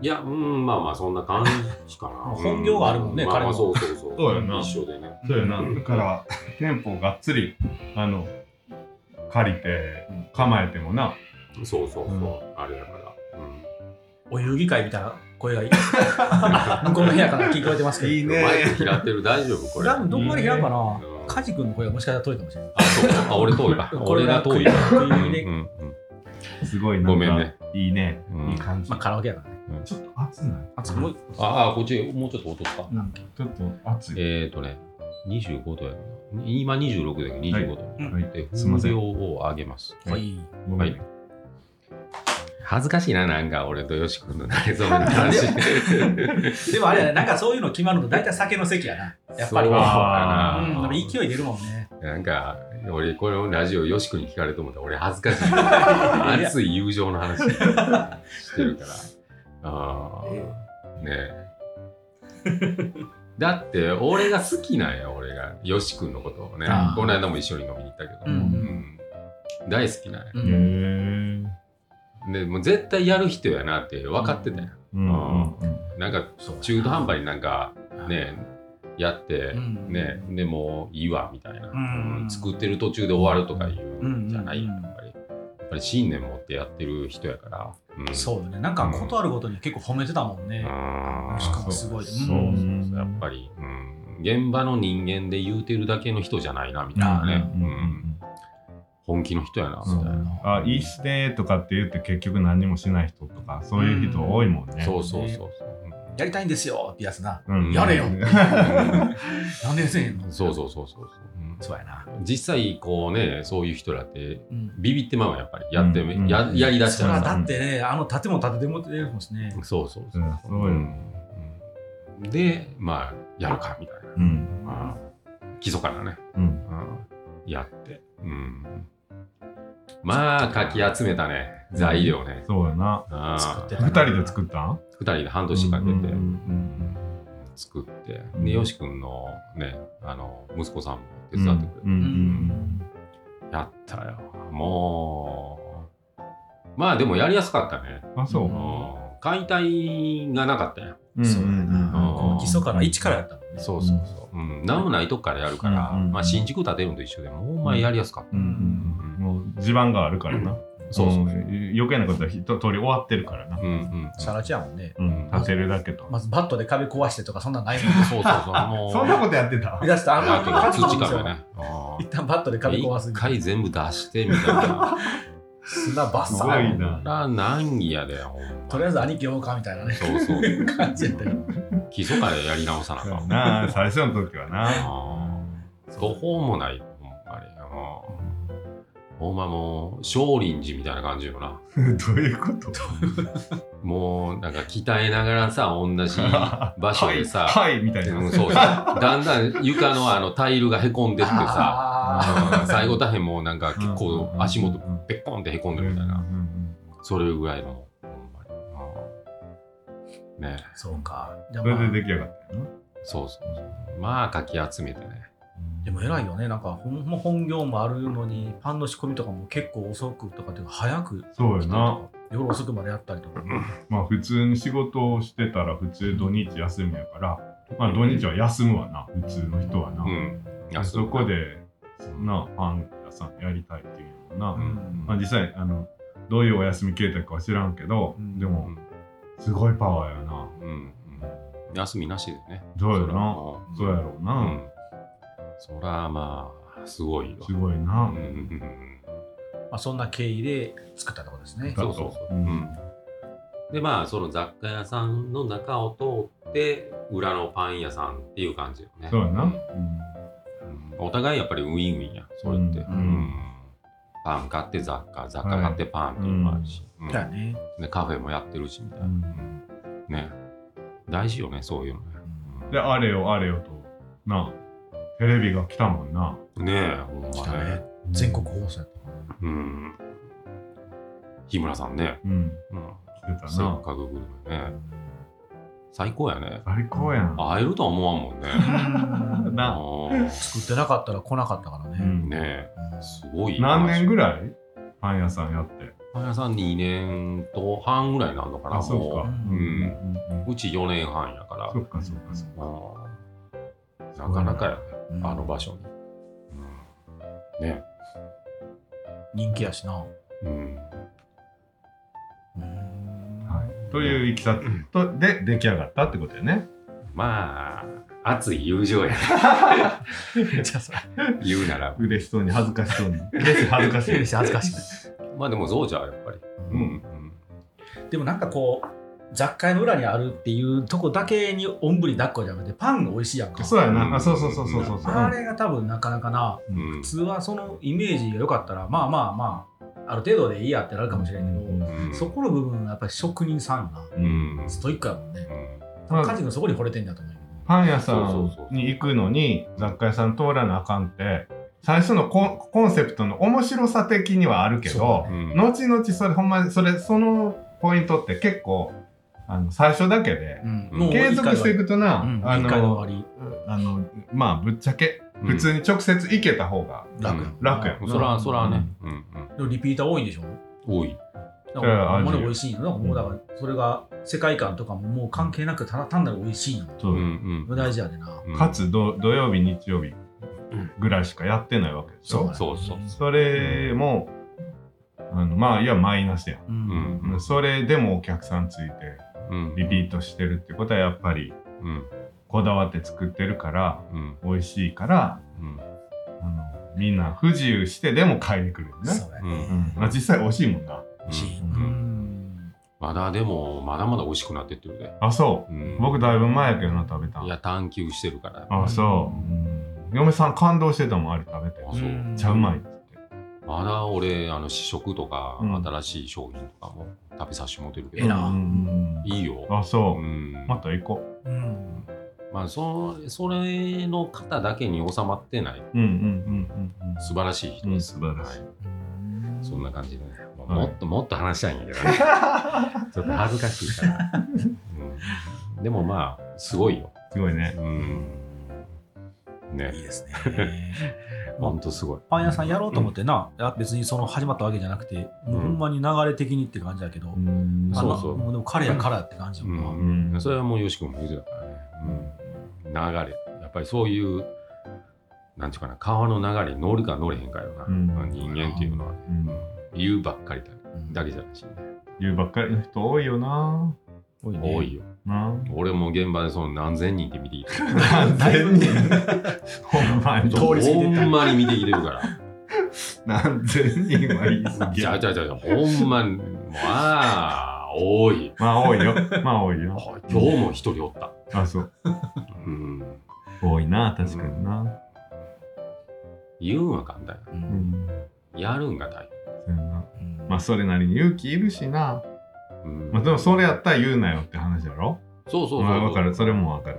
Speaker 2: いや、うん、まあまあ、そんな感じかな。
Speaker 3: <laughs> 本業があるもんね
Speaker 2: うまあま
Speaker 3: 彼も
Speaker 2: あ、そうそうそう。
Speaker 1: そうやな
Speaker 2: 一緒でね。
Speaker 1: そうやな。
Speaker 2: うん
Speaker 1: だから、店舗がっつり、あの、借りて、構えてもな。
Speaker 2: そうそうそう、
Speaker 1: うん
Speaker 2: あれだから。うん
Speaker 3: お遊戯会みたいな声 <laughs> がいい向こうの部屋から聞こえてますけど。
Speaker 1: いいね
Speaker 2: マイク拾ってる大丈夫こ
Speaker 3: こ
Speaker 2: れ。
Speaker 3: れ多分どこまで開くかな
Speaker 2: うん。
Speaker 3: カジ君の声がもしかしたら遠いかもしれない。
Speaker 2: あ、そうか。あ、俺遠いか。
Speaker 3: これ
Speaker 2: 俺が
Speaker 3: が
Speaker 2: 遠いか。
Speaker 3: 食い
Speaker 2: うんう
Speaker 3: 食いで
Speaker 2: ん
Speaker 1: すごいなんか、
Speaker 2: ごめんね。
Speaker 1: いいね。
Speaker 2: うん
Speaker 1: いい感じ。
Speaker 3: まあカラオケやからね。
Speaker 1: ちょっと暑ない
Speaker 3: あつもう
Speaker 2: ああ、こっち、もうちょっと落とすか。
Speaker 3: うん
Speaker 1: ちょっと暑い。
Speaker 2: えっ、ー、とね、25度やな。今26だけど25度。
Speaker 1: はい
Speaker 2: で、
Speaker 1: すいませ
Speaker 2: 風
Speaker 1: ん
Speaker 2: 量を上げます。
Speaker 1: は
Speaker 3: はい。
Speaker 1: ごめんね
Speaker 2: 恥ずかしいな、なんか俺とよし君の慣れ初めの話。
Speaker 3: でもあれやね、なんかそういうの決まると大体酒の席やな。やっぱり。
Speaker 2: そうだ
Speaker 3: う
Speaker 2: な。
Speaker 3: ん、でも勢い出るもんね。
Speaker 2: なんか、俺、このラジオ、よし君に聞かれてもらったら俺恥ずかし <laughs> い。熱い友情の話してるから。ああ、ねえ。だって、俺が好きなんや、俺が。よし君のことをね
Speaker 3: あ。ー
Speaker 2: この間も一緒に飲みに行ったけど。
Speaker 3: うん
Speaker 2: うん大好きなんや
Speaker 3: う。
Speaker 1: へえ。
Speaker 3: ん。
Speaker 2: でもう絶対やる人やなって分かってたやん。
Speaker 1: うんうんうん
Speaker 2: なんか、中途半端になんか、ねえ、やって、
Speaker 3: うん
Speaker 2: ね、でもういいわみたいな、
Speaker 3: うん
Speaker 2: 作ってる途中で終わるとかいう
Speaker 3: うん
Speaker 2: んじゃないや
Speaker 3: うん
Speaker 2: んやっぱりやっぱり信念持ってやってる人やから、うん、
Speaker 3: そうだね。なんか断るごとに結構褒めてたもんね。
Speaker 2: あー
Speaker 3: しか
Speaker 2: そう
Speaker 3: もすごい。う
Speaker 1: そ
Speaker 2: そう
Speaker 3: うん
Speaker 2: そうそうやっぱり、うん、現場の人間で言うてるだけの人じゃないなみたい
Speaker 3: あ
Speaker 2: な
Speaker 3: ー
Speaker 2: ね、
Speaker 1: う
Speaker 2: うんん
Speaker 1: うん
Speaker 2: 本気の人やな
Speaker 1: うん
Speaker 2: みたいな、
Speaker 1: あ、いいっすねとかって言って結局何もしない人とか、そういう人多いもんね。
Speaker 2: そうそうそうそう、
Speaker 3: やりたいんですよってやつな。
Speaker 1: うん
Speaker 3: やれよ
Speaker 1: <laughs>
Speaker 2: うん
Speaker 3: なんでせえへんの
Speaker 2: そうそうそうそうそう、
Speaker 3: そうやな。
Speaker 2: うん実際こうねそういう人らって
Speaker 3: うん。
Speaker 2: ビビってまうわやっぱりやって、
Speaker 1: うん
Speaker 2: ややりだし
Speaker 3: そ
Speaker 2: た
Speaker 3: れ
Speaker 2: ら
Speaker 3: は
Speaker 2: さ
Speaker 3: だってね、あの建物建ててもてるもんしね。
Speaker 2: そうそう
Speaker 1: う
Speaker 2: そ
Speaker 1: ん
Speaker 2: う。
Speaker 1: そうよ
Speaker 2: うんで、まあ、やるかみたいな。
Speaker 1: うん。
Speaker 2: まあ、基礎からね、
Speaker 1: うん。
Speaker 2: うんやって。うんまあ、かき集めたね、材料ね。
Speaker 1: そうやな。
Speaker 2: あ
Speaker 3: 作って
Speaker 2: ー
Speaker 3: たな
Speaker 1: 二人で作ったん
Speaker 2: 二人で半年かけて
Speaker 1: うんうんうん
Speaker 2: 作って、
Speaker 1: うん
Speaker 2: で、よし君のね、あの、息子さんも手
Speaker 1: うん
Speaker 2: 伝ってくれて
Speaker 1: う、ん
Speaker 2: やったよ。もう、まあでもやりやすかったね。
Speaker 1: うんうん。あ、そう
Speaker 2: う。ん解体がなかったよ。
Speaker 1: ん
Speaker 3: そうや
Speaker 1: ん
Speaker 3: な。この基礎から、一からやったもんね。
Speaker 2: そうそうそう。うん、何もないとこからやるから、
Speaker 1: うんうんうん
Speaker 2: まあ、新宿建てるのと一緒でもうお前やりやすかった。
Speaker 1: うんうんうん。もう地盤があるからな。
Speaker 2: そうそう
Speaker 1: も余計なことは一通り終わってるからな
Speaker 2: う。んうん。
Speaker 3: さらちやもんね。
Speaker 1: うん。立てるだけと。
Speaker 3: まずバットで壁壊してとかそんなんないもん。
Speaker 2: そうそうそう。もう。
Speaker 1: とやってた
Speaker 3: 出だした
Speaker 2: な
Speaker 3: あ
Speaker 2: ん
Speaker 3: の
Speaker 2: か
Speaker 3: 感じなん
Speaker 2: 土
Speaker 3: ですよ
Speaker 2: 壁ね。あ
Speaker 3: 一旦バットで
Speaker 2: あ
Speaker 3: 壁壊す
Speaker 2: 一回全部出してみたい <laughs> な。
Speaker 3: 砂バッ
Speaker 1: す
Speaker 3: サ
Speaker 1: ご
Speaker 3: ー
Speaker 1: いな。
Speaker 2: あ難儀やで、ほんま。
Speaker 3: とりあえず兄貴呼ぼうかみたいなね
Speaker 2: そうそう。
Speaker 3: <laughs> 感じやったよ
Speaker 2: 基礎からやり直さなあ
Speaker 1: そう
Speaker 2: か
Speaker 1: や
Speaker 2: ん。
Speaker 1: な最初の時はな。
Speaker 2: ああ途方もない、ほんまに。うんほんまもう、少林寺みたいな感じよな。
Speaker 1: どういうこと
Speaker 2: もう、なんか鍛えながらさ、同じ場所でさ、
Speaker 1: はいはいみたい
Speaker 2: うん、
Speaker 1: な。
Speaker 2: そうそうだんだん床のあのタイルがへこんでってさ、
Speaker 3: あ
Speaker 2: うん最後大変もうなんか結構足元ペッコンってへこんでるみたいな、
Speaker 1: うん
Speaker 2: それぐらいの、ほんまにうんね
Speaker 3: ーそうかじゃあ
Speaker 1: それ
Speaker 3: まあ
Speaker 1: で出来上がったよな。
Speaker 2: そうそうそう。まあ、かき集めてね。
Speaker 3: でも偉いよねなんかほんま本業もあるのにパンの仕込みとかも結構遅くとかっていうか早く
Speaker 1: そうや
Speaker 3: 来て
Speaker 1: な。
Speaker 3: 夜遅くまでやったりとか
Speaker 1: まあ普通に仕事をしてたら普通土日休みやから、まあ土日は休むわな、普通の人はな。
Speaker 2: うん。
Speaker 1: でそこで、そんなパン屋さんやりたいっていうのもな、
Speaker 2: ん
Speaker 1: まあ実際、あの、どういうお休み形態かは知らんけど、
Speaker 3: うん
Speaker 1: で
Speaker 2: う
Speaker 1: も
Speaker 2: ん、
Speaker 1: すごいパワーやな。
Speaker 2: うん、うん。休みなしでね。
Speaker 1: そうや
Speaker 2: そ
Speaker 1: な。そうやろう
Speaker 2: らう
Speaker 1: な。
Speaker 2: ん。そら、まあ、すごいよ。
Speaker 1: すごいうな。
Speaker 2: んうんうん
Speaker 3: まあそんな経緯で作ったところですね
Speaker 2: そうそう
Speaker 1: う
Speaker 2: そう
Speaker 1: ん
Speaker 2: うんでまあその雑貨屋さんの中を通って裏のパン屋さんっていう感じよね
Speaker 1: そうやな。
Speaker 2: んうんお互いやっぱりウィンウィンやそれっ
Speaker 1: う
Speaker 2: て、
Speaker 1: ん
Speaker 2: パン買って雑貨雑貨買ってパンっていうのもあるし、うん
Speaker 3: じゃあね。
Speaker 2: でカフェもやってるしみたいな、
Speaker 1: うん
Speaker 2: うんね大事よねそういうのね、
Speaker 1: で、あれよあれよと、な、テレビが来たもんな。
Speaker 2: ねえほんま
Speaker 3: 来たね。全国放送やっ
Speaker 2: うん日村さんね、
Speaker 1: うん、
Speaker 2: うん、
Speaker 1: 来てた
Speaker 2: せっ
Speaker 1: な。
Speaker 2: かくグルメね最高やね
Speaker 1: 最高やん。
Speaker 2: 会えるとは思わんもんね
Speaker 3: た。
Speaker 2: <laughs> あ
Speaker 1: な、
Speaker 2: ー
Speaker 3: 作ってなかったら来なかったから
Speaker 1: う
Speaker 3: ね。
Speaker 1: ん
Speaker 2: ねえすごい
Speaker 1: 何年ぐ
Speaker 2: い
Speaker 1: らいパン屋さんやって。
Speaker 2: パン屋さん2年と半ぐらいになるのかな
Speaker 1: あ、そうか。
Speaker 2: もう
Speaker 1: うん
Speaker 2: ん
Speaker 1: うん
Speaker 2: うち4年半やから
Speaker 1: そっかそっかそっか。
Speaker 2: うんなかなかやね
Speaker 3: うん
Speaker 2: あの場所に、うんね
Speaker 3: 人気やしな。
Speaker 2: うん
Speaker 1: はい、といういきさつとで出来上がったってことよね。
Speaker 2: まあ熱い友 <laughs> 情や
Speaker 3: じゃあそれ。
Speaker 2: 言うなら
Speaker 1: 嬉しそうに恥ずかしそうに。 <laughs> 嬉しい恥ずかしい。
Speaker 3: 嬉しい恥ずかしい。
Speaker 2: まあでもそうじゃんやっぱり
Speaker 3: う
Speaker 2: うんん
Speaker 3: でもなんかこう雑貨屋の裏にあるっていうとこだけにおんぶに抱っこじゃなくてパンが美味しいやんか。
Speaker 1: そうやな。あ、そうそうそうそうそうそう。
Speaker 3: あれが多分なかなかな
Speaker 2: うんうん
Speaker 3: 普通はそのイメージが良かったらまあまあまあある程度でいいやってなるかもしれんけど、
Speaker 2: うん
Speaker 3: そこの部分はやっぱり職人さんよな
Speaker 1: う
Speaker 2: うん
Speaker 1: ん。
Speaker 2: うん
Speaker 3: ストイックやもんね
Speaker 1: まあ
Speaker 3: 家事のそこに惚れてんだと思うけど
Speaker 1: パン屋さ
Speaker 2: そうそうそ
Speaker 1: ん
Speaker 2: う
Speaker 1: に行くのに雑貨屋さん通らなあかんって最初のコンコンセプトの面白さ的にはあるけど、
Speaker 3: そう
Speaker 2: うん
Speaker 1: 後々それほんまにそれそのポイントって結構あの最初だけで
Speaker 3: うん
Speaker 2: うん
Speaker 3: もう
Speaker 1: 継続していくとな、
Speaker 3: うん
Speaker 1: あ
Speaker 3: 一回の
Speaker 1: の
Speaker 3: 終わ
Speaker 1: あのまあぶっちゃけ普通に直接行けた方が、
Speaker 3: り楽やもんな
Speaker 1: 楽やもん
Speaker 2: そらそらねうんうん
Speaker 3: でもリピーター多いんでしょ
Speaker 2: 多い
Speaker 3: だ
Speaker 1: や
Speaker 3: から
Speaker 1: あ
Speaker 3: ほ
Speaker 1: る
Speaker 3: んまに美味しいのなんかもうだからそれが世界観とかももう関係なくただ単なる美味しいの
Speaker 1: そううん
Speaker 2: うん
Speaker 3: 大事やでな
Speaker 2: うん
Speaker 1: かつど土曜日日曜日ぐらいしかやってないわけでしょ、
Speaker 3: そう
Speaker 2: そうそう
Speaker 1: それも、あのまあいやマイナスやん
Speaker 3: う
Speaker 2: うんんうん
Speaker 1: それでもお客さんついて
Speaker 2: うん
Speaker 1: リピートしてるってことはやっぱり
Speaker 2: うん
Speaker 1: こだわって作ってるから
Speaker 2: うん
Speaker 1: 美味しいから
Speaker 2: うん
Speaker 1: あのみんな不自由してでも買いに来るよね、
Speaker 3: そうや
Speaker 2: う
Speaker 1: う
Speaker 3: ね
Speaker 1: んまあ、実際美味しいもんな
Speaker 3: 美味しい
Speaker 1: うん
Speaker 3: うん
Speaker 2: まだでもまだまだ美味しくなってってるで
Speaker 1: あそううん僕だいぶ前やけどな食べた
Speaker 2: い
Speaker 1: ん
Speaker 2: や探求してるから
Speaker 1: あそう、うん嫁さん感動してたもんあれ食べて
Speaker 2: あそう
Speaker 3: うん
Speaker 1: ちゃうまいっつって
Speaker 2: まだ俺あの試食とか
Speaker 1: うん
Speaker 2: 新しい商品とかも食べさせてもらってるけ
Speaker 3: ええ
Speaker 2: ど
Speaker 3: な
Speaker 1: うん
Speaker 2: いいよ
Speaker 1: あそうう、
Speaker 2: ん
Speaker 1: また行こ
Speaker 3: うん
Speaker 2: まあそそれの方だけに収まってないう
Speaker 1: うんうんうんうん
Speaker 2: 素晴らしい人
Speaker 1: うんう
Speaker 2: で
Speaker 1: ん
Speaker 2: す
Speaker 1: 素晴らしい、
Speaker 2: そんな感じでね、まあ
Speaker 1: はい
Speaker 2: もっともっと話したいんやけど
Speaker 1: <laughs>
Speaker 2: ねちょっと恥ずかしいから、うんでもまあすごいよ
Speaker 1: すごいね
Speaker 2: うん
Speaker 3: いい
Speaker 2: ね
Speaker 3: ですね <laughs>
Speaker 2: ほんとすごい
Speaker 3: パン屋さんやろうと思ってな、いや別にその始まったわけじゃなくて、もうほんまに流れ的にって感じだけど、
Speaker 1: うん
Speaker 3: あの
Speaker 2: そうそう
Speaker 3: もうでも彼やからって感じやもんな、
Speaker 2: うん
Speaker 1: うん
Speaker 2: それはもうよし君も言うてたからね、うん、流れやっぱりそういうなんていうかな川の流れに乗るか乗れへんかよな、
Speaker 1: うん
Speaker 2: 人間っていうのは、ね
Speaker 1: うん
Speaker 2: うん言うばっかりだ
Speaker 3: うん
Speaker 2: だけじゃないしね、
Speaker 1: 言うばっかりの人多いよな
Speaker 3: 多いね <laughs>
Speaker 2: 多いよ
Speaker 1: な
Speaker 2: 俺も現場でその何千人って見てきてる
Speaker 1: 完全にほんまに
Speaker 3: 通り過
Speaker 2: ほ
Speaker 3: ぎてった
Speaker 2: んまに見てきてるから
Speaker 1: 何千人は言い過ぎ
Speaker 2: じゃ
Speaker 1: や
Speaker 2: あじゃあじゃあほんまにもうああ多い
Speaker 1: まあ多いよまあ多い
Speaker 2: あ
Speaker 1: よ
Speaker 2: 今日も一人おった、
Speaker 1: あそう
Speaker 2: うん、
Speaker 1: 多いな確かにな
Speaker 2: 言うんは簡単
Speaker 1: う
Speaker 3: う
Speaker 1: んん
Speaker 2: ややるんが大
Speaker 1: そうやなまあそれなりに勇気いるしな
Speaker 2: 変、うん
Speaker 1: まあでもそれやったら言うなよって話やろ
Speaker 2: そうそうそう
Speaker 1: まあ
Speaker 2: そう
Speaker 1: わかるそれもわかる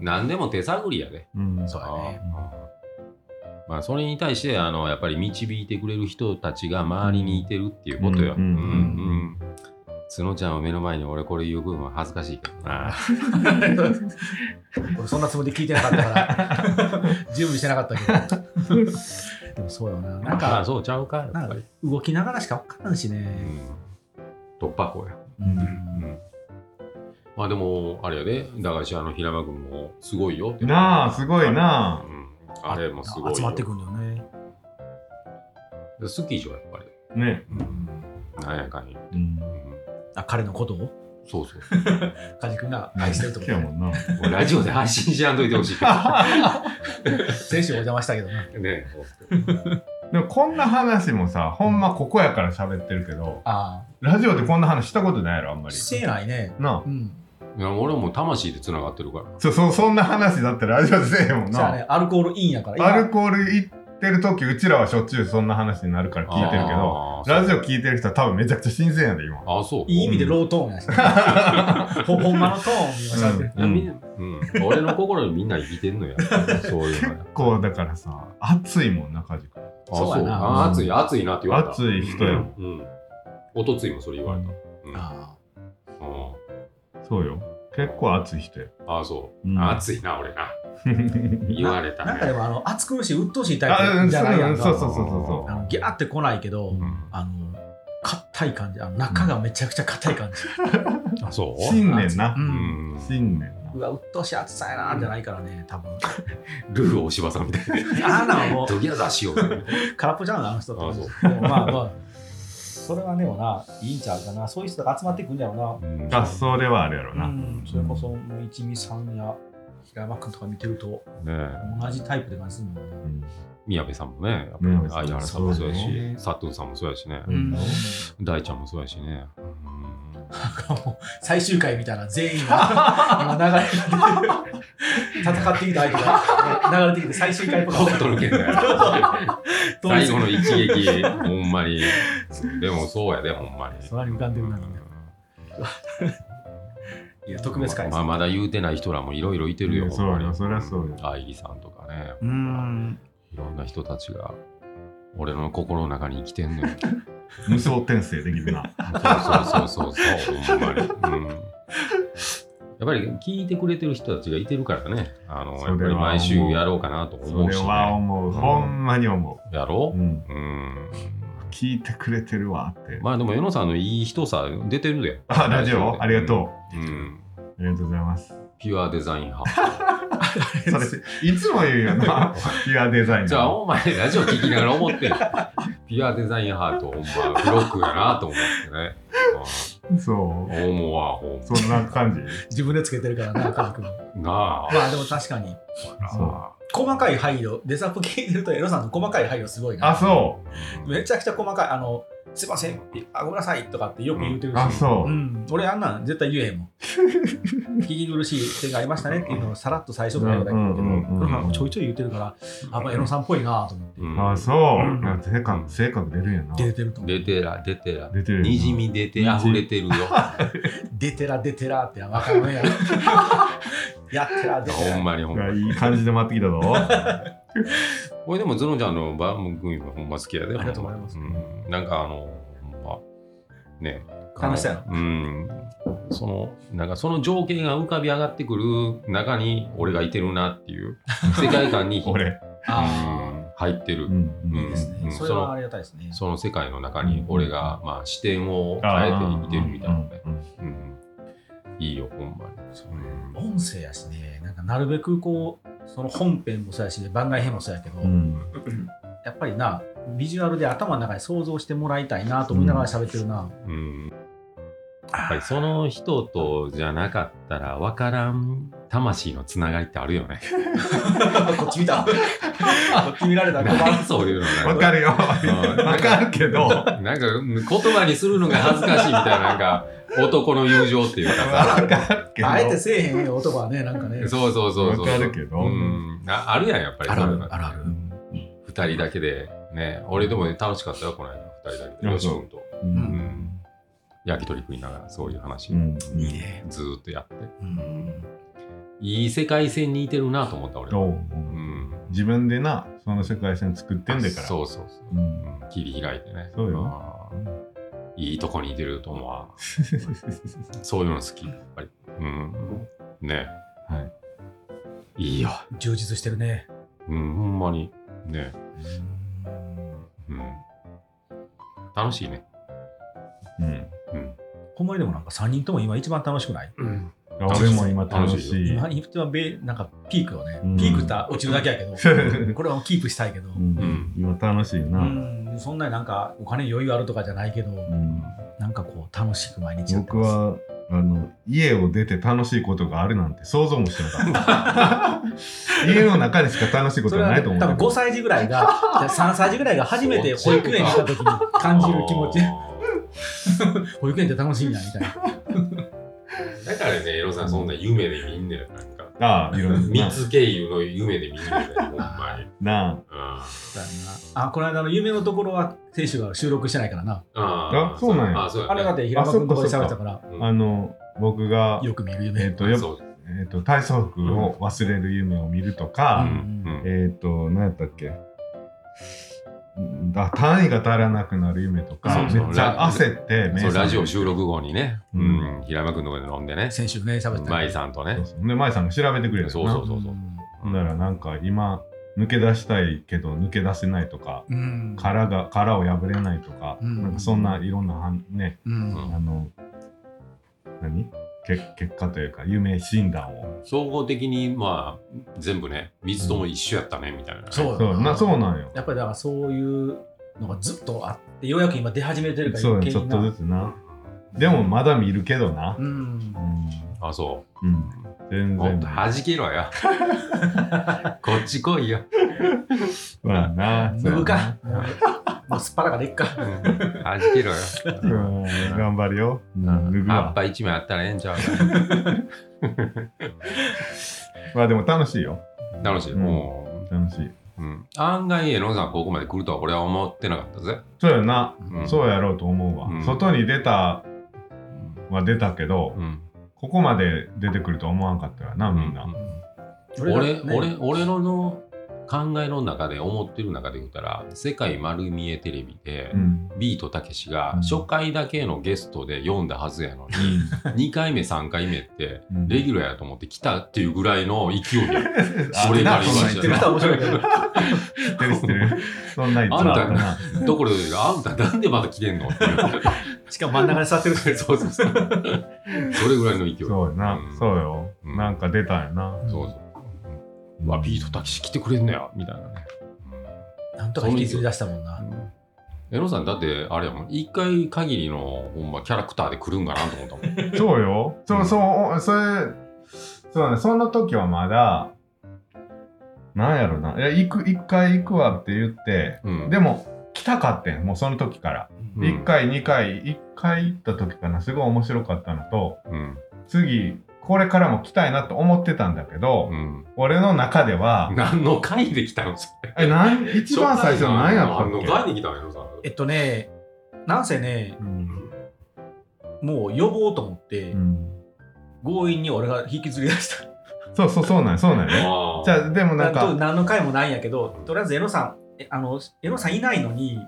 Speaker 2: 何でも手探りやで、
Speaker 1: うん
Speaker 3: そうやね
Speaker 2: まあ、それに対してあのやっぱり導いてくれる人たちが周りにいてるっていうことよ。
Speaker 1: う
Speaker 2: うんん
Speaker 1: う
Speaker 2: うんん角ちゃんを目の前に俺これ言う部分は恥ずかしいけどな。
Speaker 3: 俺そんなつもりで聞いてなかったから <laughs> 準備してなかったけどでもそうよなな
Speaker 2: <laughs>
Speaker 3: ん
Speaker 2: まあ
Speaker 3: か
Speaker 2: そうちゃうかやっ
Speaker 3: な
Speaker 2: ぱ
Speaker 3: んか
Speaker 2: り。
Speaker 3: 動きながらしか分からんしね、
Speaker 2: うん、突破口や。
Speaker 3: うん
Speaker 2: うんまあでもあれやで、駄菓子屋の平間君もすごいよって。
Speaker 1: なあすごいなあ
Speaker 2: うんあれもすごいよ。
Speaker 3: 集まってくるんだよね
Speaker 2: 好きじゃやっぱり。
Speaker 1: ね
Speaker 2: なんやかんや。
Speaker 1: うん
Speaker 2: うん
Speaker 3: あ彼のことを
Speaker 2: そうそう。
Speaker 3: 梶君が愛してると
Speaker 1: 好
Speaker 3: か
Speaker 1: きやもんな
Speaker 2: もうラジオで発
Speaker 1: <laughs>
Speaker 2: 信しやんといてほしい。
Speaker 3: 先週お邪魔したけどな
Speaker 2: ね
Speaker 1: でもこんな話もさほんまここやから喋ってるけど
Speaker 3: あ
Speaker 1: ラジオでこんな話したことないやろあんま
Speaker 3: あ
Speaker 1: り
Speaker 3: してないね
Speaker 1: なあ
Speaker 3: うん
Speaker 2: いや俺はもう魂でつながってるから
Speaker 1: そそそんな話だってラジオでせえへんもん
Speaker 3: じゃ
Speaker 1: な、
Speaker 3: あねアルコールいいんやから
Speaker 1: アルコール行ってる時うちらはしょっちゅうそんな話になるから聞いてるけど
Speaker 2: あー
Speaker 1: ラジオ聞いてる人は多分めちゃくちゃ新鮮やで今
Speaker 2: あーそう
Speaker 3: いい意味でロートーンや <laughs> し、ほほんまのトーンで今しゃってる、
Speaker 2: いやみんなうん俺の心にみんな生きてん
Speaker 1: <laughs>
Speaker 2: のやそういうのや
Speaker 1: 結構だからさ熱いもん中地君
Speaker 2: あ
Speaker 3: そうやな
Speaker 2: あー熱い熱いなって言われた
Speaker 1: 熱い人やもん
Speaker 2: うんおとついもそれ言われたうん
Speaker 3: あ
Speaker 2: うん
Speaker 1: そうよ結構熱い人や
Speaker 2: ああそう、
Speaker 1: うん
Speaker 2: 熱いな俺な言われた
Speaker 3: あ
Speaker 2: ね
Speaker 3: なんかでもあの暑苦しい鬱陶しいタイ
Speaker 1: あう
Speaker 3: プ
Speaker 1: ん
Speaker 3: じ
Speaker 1: そ
Speaker 3: ゃないや
Speaker 1: うんそうそう
Speaker 3: か
Speaker 1: そうそ
Speaker 3: あのギャーって来ないけど、
Speaker 1: う、
Speaker 3: あの硬い感じあの中がめちゃくちゃ硬い感じ、
Speaker 2: あそう
Speaker 1: 信念な
Speaker 3: う
Speaker 2: うんん
Speaker 1: 信念
Speaker 3: うわ鬱陶しい暑さやなーじゃないからね多分
Speaker 2: ルー大柴さんみたい
Speaker 3: あんなのも
Speaker 2: な
Speaker 3: う
Speaker 2: 時は出しようぜ
Speaker 3: 空っぽじゃんあの人って
Speaker 2: あそう
Speaker 3: でもまあまあそれはでもないいんちゃうかなそういう人が集まってくんだろ
Speaker 2: うん
Speaker 1: なあそれはあるやろ
Speaker 3: うな、
Speaker 1: な、
Speaker 3: うん、それこそもう一味さんや平山君とか見てると
Speaker 2: ねえ
Speaker 3: 同じタイプで感じするもんね、
Speaker 1: うん
Speaker 2: 宮部さんもねやっぱ
Speaker 1: 宮部
Speaker 2: り
Speaker 1: さん
Speaker 2: 相原さんもそうや
Speaker 1: そう
Speaker 2: し
Speaker 1: ね
Speaker 2: 佐藤さんもそうやしね
Speaker 1: うん
Speaker 3: なん
Speaker 2: 大ちゃんもそうやしね
Speaker 3: かもう最終回みたいな全
Speaker 2: <laughs>
Speaker 3: 員が今流れてきて戦ってきた相手が流れてきて最終回っぽ
Speaker 2: ほ
Speaker 3: かっ
Speaker 2: っとるけんね
Speaker 3: た
Speaker 2: 最後の一撃ほんまにでもそうやでほんまに
Speaker 3: そらに浮かんでるなみんないや特別会
Speaker 2: まあまだ言うてない人らもいろいろいてる
Speaker 1: い
Speaker 2: よ
Speaker 1: やそうよ
Speaker 2: ほんまに
Speaker 1: そりゃそうよ
Speaker 2: 愛理さんとかね
Speaker 3: うん
Speaker 2: いろんな人たちが俺の心の中に生きてんのよ
Speaker 1: 無双転生できるな
Speaker 2: そうそうそうそう
Speaker 1: <laughs>
Speaker 2: そうほんまに、うん、やっぱり聞いてくれてる人たちがいてるからねあの
Speaker 1: それは
Speaker 2: やっぱり毎週やろうかなと思
Speaker 1: そうれ
Speaker 2: し、
Speaker 1: は
Speaker 2: ね、
Speaker 1: 思う、
Speaker 2: うん
Speaker 1: ほんまに思
Speaker 2: や
Speaker 1: う、
Speaker 2: ろ
Speaker 1: うん、
Speaker 2: ううん
Speaker 1: 聞いてくれてるわって、
Speaker 2: まあでも世野さんのいい人さ出てるで
Speaker 1: あラジオありがと
Speaker 2: う、うん、
Speaker 1: うありがとうございます
Speaker 2: ピュアデザイン
Speaker 1: <laughs>
Speaker 2: 派
Speaker 1: それいつも言うよなピュアデザイン
Speaker 2: じゃあ
Speaker 1: の
Speaker 2: お前ラジオ聞きながら思ってる <laughs> ピュアデザイン派とほんまブロックやなと思ってね
Speaker 1: そ
Speaker 2: うん思うわほん
Speaker 1: うそんな感じ
Speaker 3: 自分でつけてるからな家族も
Speaker 2: まなあ
Speaker 3: <laughs> まあでも確かに
Speaker 1: そう
Speaker 3: 細かい配慮デサップ聞いてるとエロさんの細かい配慮すごい
Speaker 1: あ
Speaker 3: な
Speaker 1: そう
Speaker 3: めちゃくちゃ細かいあのすいませんあごめんなさいとかってよく言うてるし、
Speaker 1: あそうう、
Speaker 3: ん、俺あんなん絶対言えへ <laughs> んもん。聞き苦しい点がありましたねっていうのをさらっと最初から言うだけだけど、
Speaker 1: うんうんうんうん
Speaker 3: これがちょいちょい言ってるから、あまあ、エロさんっぽいなと思って、
Speaker 2: うん
Speaker 1: あそう、
Speaker 3: うん
Speaker 1: いや性格性格出るんやな
Speaker 3: 出てると思う。
Speaker 2: 出てら出てら
Speaker 1: 出てるよな
Speaker 2: にじみ出て溢れてるよ
Speaker 3: 出てら出てらってわかるねや。 <laughs> やってら出て
Speaker 2: <laughs> ほん
Speaker 3: ら。
Speaker 2: まにほん
Speaker 1: い
Speaker 2: ま
Speaker 1: や
Speaker 2: に
Speaker 1: いい感じで回ってきたぞ
Speaker 2: 俺でもゾノちゃんの番組もほんま好きやで
Speaker 3: ありがとうございます
Speaker 2: ほんうんなんかあのほんまね
Speaker 3: 楽しそうや
Speaker 2: なうんそのなんかその情景が浮かび上がってくる中に俺がいてるなって
Speaker 3: <laughs>
Speaker 2: いう世界観にうん
Speaker 1: 俺、
Speaker 3: あ
Speaker 2: 入ってる、
Speaker 1: ん
Speaker 2: うん
Speaker 3: あ、いいです
Speaker 2: うん
Speaker 3: ね。それはありがたいですね。
Speaker 2: その世界の中に俺が、まあ、視点を変えて見てるみたいなね、うんいいよほんまに、うん
Speaker 3: 音声やしね、なんかなるべくこう、その本編もそうやし、番外編もそうやけど、
Speaker 1: うんうん
Speaker 3: やっぱりな、ビジュアルで頭の中に想像してもらいたいなと思いながら喋ってるな。
Speaker 2: うんやっぱりその人とじゃなかったら分からん魂のつながりってあるよね。
Speaker 3: こっち見 <laughs> た。こっち見られ
Speaker 2: <laughs>
Speaker 3: た。
Speaker 2: ないそういうの
Speaker 1: わか
Speaker 2: る。
Speaker 1: るよ
Speaker 2: うん
Speaker 1: わかるけどわ
Speaker 2: なんかうん言葉にするのが恥ずかしいみたいななんか男の友情っていうかさ。
Speaker 1: かるけど
Speaker 3: あえてせえへんよ男はね、なんかね。
Speaker 2: そうそうそうそう。
Speaker 1: わかるけど
Speaker 2: うんああるやんやっぱり。
Speaker 3: あるある
Speaker 2: そういうの
Speaker 3: あるある
Speaker 2: 二人だけでね。俺でもね楽しかったよこの間二人だけで。
Speaker 1: あ
Speaker 2: よし
Speaker 1: そう
Speaker 2: 君と
Speaker 1: う
Speaker 2: うんん焼き鳥食いながらそういう話
Speaker 1: う。ん
Speaker 3: いいね。
Speaker 2: ずーっとやって。
Speaker 3: うん。
Speaker 2: いい世界線にいてるなと思った俺は。
Speaker 1: どう
Speaker 2: うん。
Speaker 1: 自分でなその世界線作ってんでからう、
Speaker 2: そうそうそう。
Speaker 1: ん、
Speaker 2: うん切り開いてね。
Speaker 1: そうよ
Speaker 2: うんいいとこにいてると思うわ。そういうの好き、やっぱり。うん。ね
Speaker 1: はい
Speaker 2: いよ。
Speaker 3: 充実してるね。
Speaker 2: うん、ほんまに。ねうん。楽しいね。
Speaker 1: うん、
Speaker 3: ほんまにでもなんか3人とも今一番楽しくない
Speaker 2: うん。
Speaker 1: 俺も今楽しい
Speaker 3: 今一番べなんかピークよね
Speaker 1: うん。
Speaker 3: ピークった落ちるだけやけど、
Speaker 1: うん
Speaker 3: これはキープしたいけど。
Speaker 1: うん今楽しいうな、うん
Speaker 3: ん、そんなになんかお金余裕あるとかじゃないけど、なんかこう楽しく毎日やって
Speaker 1: 僕
Speaker 3: ます。
Speaker 1: はああの家を出て楽しいことがあるなんて想像もしてなかった家の中にしか楽しいこ
Speaker 3: そ
Speaker 1: と
Speaker 3: れ
Speaker 1: は
Speaker 3: は
Speaker 1: な
Speaker 3: ね
Speaker 1: いと思う
Speaker 3: 多分5歳児ぐら
Speaker 1: <laughs>
Speaker 3: いが、3歳児ぐらいが初めて保育園に行った時に感じる気持ち。保育園って楽しいな、みたいな。
Speaker 2: ち。 <laughs> だからね、エロさん、そんな夢で見んねん、なんか。
Speaker 1: ああいろいろ
Speaker 2: 三つ経由の夢で見んねん、ほんまに。
Speaker 1: なあ
Speaker 2: うん
Speaker 3: だよなあ、この間の夢のところは、選手が収録してないからな。
Speaker 2: あ
Speaker 1: あそうなんや
Speaker 2: あ、そうやね
Speaker 3: あれだって平場君とこで喋ったから、
Speaker 2: うん
Speaker 1: あの僕が、
Speaker 3: よく見る
Speaker 1: え
Speaker 3: 夢
Speaker 1: っ。とよ
Speaker 2: そうです
Speaker 1: えっと体操服を忘れる夢を見ると
Speaker 2: う
Speaker 1: か、
Speaker 2: んうん
Speaker 1: えっ、と何やったっけうんあ単位が足らなくなる夢とか
Speaker 2: そうそう
Speaker 1: めっちゃ焦って
Speaker 2: そうラジオ
Speaker 1: し
Speaker 2: 収録後にね、
Speaker 1: う
Speaker 2: うんん、平山君のとこで飲んでね、
Speaker 3: 先週ね、喋った。
Speaker 2: 舞さんとね
Speaker 1: そう、そうで舞さんが調べてくれる
Speaker 2: そうそう
Speaker 3: う
Speaker 2: そうん
Speaker 1: ほんならなんか今抜け出したいけど抜け出せないとか
Speaker 3: うん。
Speaker 1: 殻が殻を破れないとか,、
Speaker 3: うん
Speaker 1: なんかそんないろんなはんね
Speaker 3: うん。
Speaker 1: あの何け結果というか夢診断を
Speaker 2: 総合的にまあ全部ね、三つとも一緒やったねみたいなね、
Speaker 3: そう
Speaker 1: そうなそうなんよ
Speaker 3: やっぱりだからそういうのがずっとあって、ようやく今出始めてるから
Speaker 1: そう
Speaker 3: 余
Speaker 1: やち
Speaker 3: 計
Speaker 1: ょ
Speaker 3: に
Speaker 1: っ
Speaker 3: な
Speaker 1: とずつなでもまだ見るけどな
Speaker 3: うん。
Speaker 2: あ、そ
Speaker 1: うん、うん、全
Speaker 2: う。もっ
Speaker 1: 然
Speaker 2: と弾けろ
Speaker 1: <laughs>
Speaker 2: よ。こっち来いよ。
Speaker 1: まあな
Speaker 3: 脱ぐか。もう <laughs> もうすっぱらかでいっか。
Speaker 2: 弾けろよ。
Speaker 1: そうやなうん頑張るよ、うん、脱ぐ
Speaker 2: 葉っ
Speaker 1: わ
Speaker 2: ぱ一枚あったらええんちゃうか。
Speaker 1: まあでも楽しいよ
Speaker 2: 楽しい。
Speaker 1: うん
Speaker 2: も、
Speaker 1: 楽しいう
Speaker 2: うん、案外、エロさんここまで来るとは俺は思ってなかったぜ。
Speaker 1: そうやな、
Speaker 2: うん
Speaker 1: そうやろうと思うわ、
Speaker 2: うん
Speaker 1: 外に出たは出たけど、
Speaker 2: うん、
Speaker 1: ここまで出てくるとは思わんかったよなみんな、
Speaker 2: うん
Speaker 3: が
Speaker 2: 俺
Speaker 3: ね
Speaker 2: 俺俺のの考えの中で思ってる中で言うたら「世界丸見えテレビ」で、
Speaker 1: うん
Speaker 2: ビートたけし
Speaker 1: うん
Speaker 2: が初回だけのゲストで読んだはずやのに、2回目3回目って
Speaker 1: うん
Speaker 2: レギュラーやと思って来たっていうぐらいの勢いや
Speaker 1: <laughs> あ
Speaker 2: <laughs> 俺が言いま
Speaker 1: そ
Speaker 2: し
Speaker 1: ん
Speaker 2: た
Speaker 1: なん言
Speaker 3: 言ってた
Speaker 1: っ
Speaker 3: ら面白いけ
Speaker 1: て
Speaker 3: ど。
Speaker 1: る知ってるそんなん言ってた
Speaker 2: <laughs>
Speaker 1: な
Speaker 2: ところで「あんたなんでまだ来てん
Speaker 1: <laughs>
Speaker 2: の?」っていう
Speaker 3: しかも真ん中に座ってるし。
Speaker 2: <laughs> そうそうそうそれぐらいの勢い
Speaker 1: そうやな、
Speaker 2: うん
Speaker 1: そうよ、
Speaker 2: うん
Speaker 1: なんか出たんやな
Speaker 2: そうそううわビートたけし来てくれんのやみたいなね、
Speaker 3: なんとか引きずり出したもんな。
Speaker 2: エロさんだってあれやもん一回限りのほんまキャラクターで来るんかなと思ったもん
Speaker 1: <laughs> そうよそううんそうそれそうねその時はまだなんやろないや行く一回行くわって言って
Speaker 2: うん
Speaker 1: でも来たかってんもうその時から、
Speaker 2: うん
Speaker 1: 一回二回一回行った時かなすごい面白かったのと
Speaker 2: うん
Speaker 1: 次これからも来たいなと思ってたんだけど、
Speaker 2: うん
Speaker 1: 俺の中では、
Speaker 2: 何の回で来たのそれ
Speaker 1: え、なん、一番最初何やったっ
Speaker 2: 何の
Speaker 1: け
Speaker 2: 回で来たのエロさん
Speaker 3: えっとね、なんせね、
Speaker 1: うん
Speaker 3: もう呼ぼうと思って
Speaker 1: う、ん
Speaker 3: 強引に俺が引きずり出した。
Speaker 1: そうそう、そうなんやそうなんやね。
Speaker 2: あー
Speaker 1: じゃあ、でもなん
Speaker 3: <laughs> なん
Speaker 1: か、
Speaker 3: と何の回もないんやけど、とりあえずエロさん、えあの、エロさんいないのに、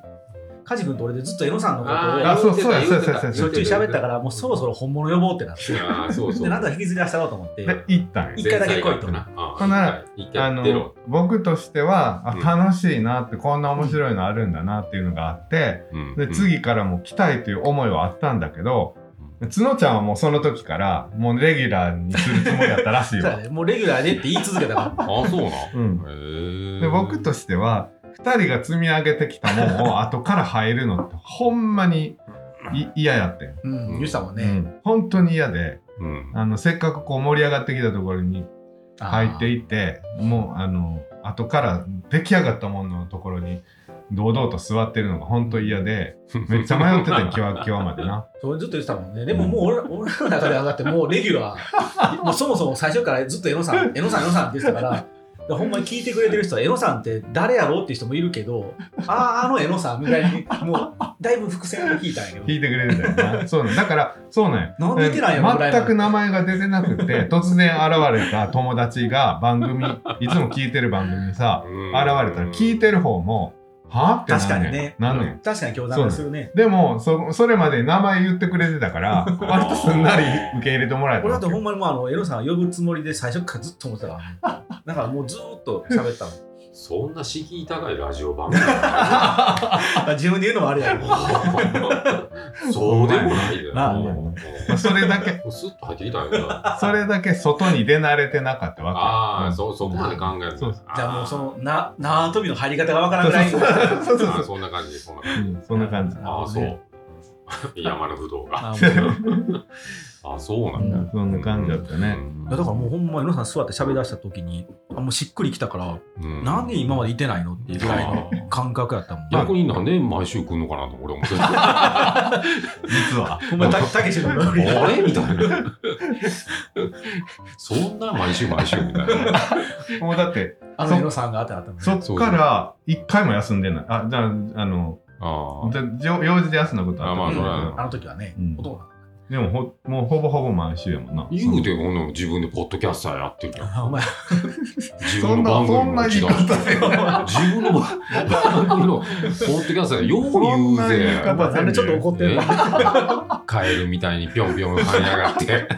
Speaker 3: カジ君と俺でずっとエロさんのこ
Speaker 1: ーあ
Speaker 3: と
Speaker 1: そうそうやそうやそうやそうや
Speaker 3: をしょっちゅう喋ったから、もうそろそ
Speaker 2: ろ
Speaker 3: ろ本物呼ぼうってなって。
Speaker 2: ああそうそう
Speaker 3: で、なんとか引きずり出したろうと思って。
Speaker 1: で、行ったんや。
Speaker 3: 一回だけ来いと
Speaker 2: なあ
Speaker 1: ほな
Speaker 2: ー一回一
Speaker 1: あ
Speaker 2: 回やってろ
Speaker 1: の、僕としては、
Speaker 2: うん
Speaker 1: あ、楽しいなって、こんな面白いのあるんだなっていうのがあって、
Speaker 2: うん
Speaker 1: で、次からも来たいという思いはあったんだけど、角ちゃんはもうその時から、もうレギュラーにするつもりだったらしい
Speaker 3: <laughs> そうや
Speaker 1: わ。
Speaker 3: ねもうレギュラーでって言い続けたか
Speaker 2: あーそうな
Speaker 1: うん。
Speaker 2: へえ
Speaker 1: で、僕としては、二人が積み上げてきたもんを後から入るのって、ほんまにい嫌やってん。
Speaker 3: ら、うん、言ってたもん
Speaker 1: う
Speaker 3: ね。
Speaker 1: ん、本当に嫌で
Speaker 2: うん
Speaker 1: あのせっかくこう盛り上がってきたところに入って
Speaker 3: い
Speaker 1: いってもうあの後から出来上がったもののところに堂々と座ってるのが本当嫌でめっちゃ迷ってたよ <laughs> キワキワまでな
Speaker 3: そうずっと言ってたもんね。でももう俺,、 <laughs> 俺の中ではだってもうレギュ
Speaker 1: <laughs>
Speaker 3: ラー、もうそもそも最初からずっと江野さん、江野さん、江野さんって言ってたから、だからほんまに聞いてくれてる人は、江野さんって誰やろうっていう人もいるけど、ああ、あの江野さんみたいに、もうだいぶ伏線を聞いたん
Speaker 1: <laughs>
Speaker 3: やけど。
Speaker 1: 聞いてくれるんだよ
Speaker 3: <laughs>
Speaker 1: なそうなんだからそうなんよ
Speaker 3: なんで出てないんやろぐらいまで
Speaker 1: 全く名前が出てなくて
Speaker 3: <laughs>
Speaker 1: 突然現れた友達が番組いつも聞いてる番組にさ
Speaker 2: うん
Speaker 1: 現れたら聞いてる方もはあって
Speaker 3: 確か
Speaker 1: なん
Speaker 3: に
Speaker 1: ねん
Speaker 3: ね。
Speaker 1: なんねん
Speaker 3: 確かに共談するね。
Speaker 1: でもそそれまで名前言ってくれてたから
Speaker 3: <laughs>
Speaker 1: 割とすんなり受け入れてもらえた
Speaker 3: 俺だって
Speaker 1: わけ
Speaker 3: ほんまにもうあの江野さんを呼ぶつもりで最初からずっと思ってたから、だからもうずーっと
Speaker 1: <laughs>
Speaker 3: 喋ったの。
Speaker 2: そんな敷居高いラジオ番組
Speaker 3: まあ自分で言うのもあれやけど。
Speaker 2: そうでもないで
Speaker 3: まあ
Speaker 1: ね
Speaker 2: も
Speaker 1: まあそれだけ
Speaker 2: うスッと入ってきたよな
Speaker 1: それだけ外に出慣れてなかったわけ
Speaker 2: あ
Speaker 1: う
Speaker 2: あ
Speaker 1: ん
Speaker 2: そそこまで考える
Speaker 1: そうそ
Speaker 3: じゃあもうそのな縄跳びの入り方がわからんぐらい
Speaker 1: そうそうそう
Speaker 2: あ
Speaker 1: そ
Speaker 2: ー
Speaker 1: う
Speaker 2: そんな感じそんな感
Speaker 1: うんそんな感じ
Speaker 2: じああそう山の不動が
Speaker 3: あもう
Speaker 2: あ、そうなん
Speaker 3: う
Speaker 2: だ。
Speaker 3: ん
Speaker 1: そんな感じだったね。
Speaker 3: いやだからもうほんま、江野さん座って喋り出した時に、あもうしっくりきたから、
Speaker 2: うん
Speaker 3: なんで今までいてないのっていうぐらいの感覚やったもん。
Speaker 2: <laughs> 逆になんで毎週来んのかなと俺思って
Speaker 1: 実は。
Speaker 3: ほんま、たたけしのノリが
Speaker 2: あれみたいな。 <laughs> そんな毎週毎週みたいな。
Speaker 1: もうだって、
Speaker 3: あの江野さんがあってあったもんね
Speaker 1: そっから一回も休んでない。あ、じゃあ、あの、
Speaker 2: あ
Speaker 1: じゃじょ用事で休んだことあった
Speaker 2: あまあ
Speaker 1: け
Speaker 2: そ
Speaker 1: ど
Speaker 2: れは
Speaker 3: うんあの時はね
Speaker 1: うん、
Speaker 3: 男
Speaker 1: でもほ、もうほぼほぼ毎週やもんな。
Speaker 2: あ。言うてもほんなら自分でポッドキャスターやってるやん。
Speaker 3: だお前、
Speaker 2: 自
Speaker 1: そ
Speaker 2: 分
Speaker 1: んな、
Speaker 2: の番
Speaker 1: そ
Speaker 2: 組
Speaker 1: ん
Speaker 2: も
Speaker 1: な
Speaker 2: 違う
Speaker 1: 言い方で。
Speaker 2: 自分の番番組のポッドキャスターよう言
Speaker 1: そん
Speaker 2: うぜ。
Speaker 1: な言い方
Speaker 3: なんでちょっと怒ってんの
Speaker 2: えカエルみたいにぴょんぴょん跳ね上が
Speaker 1: <laughs>
Speaker 2: って。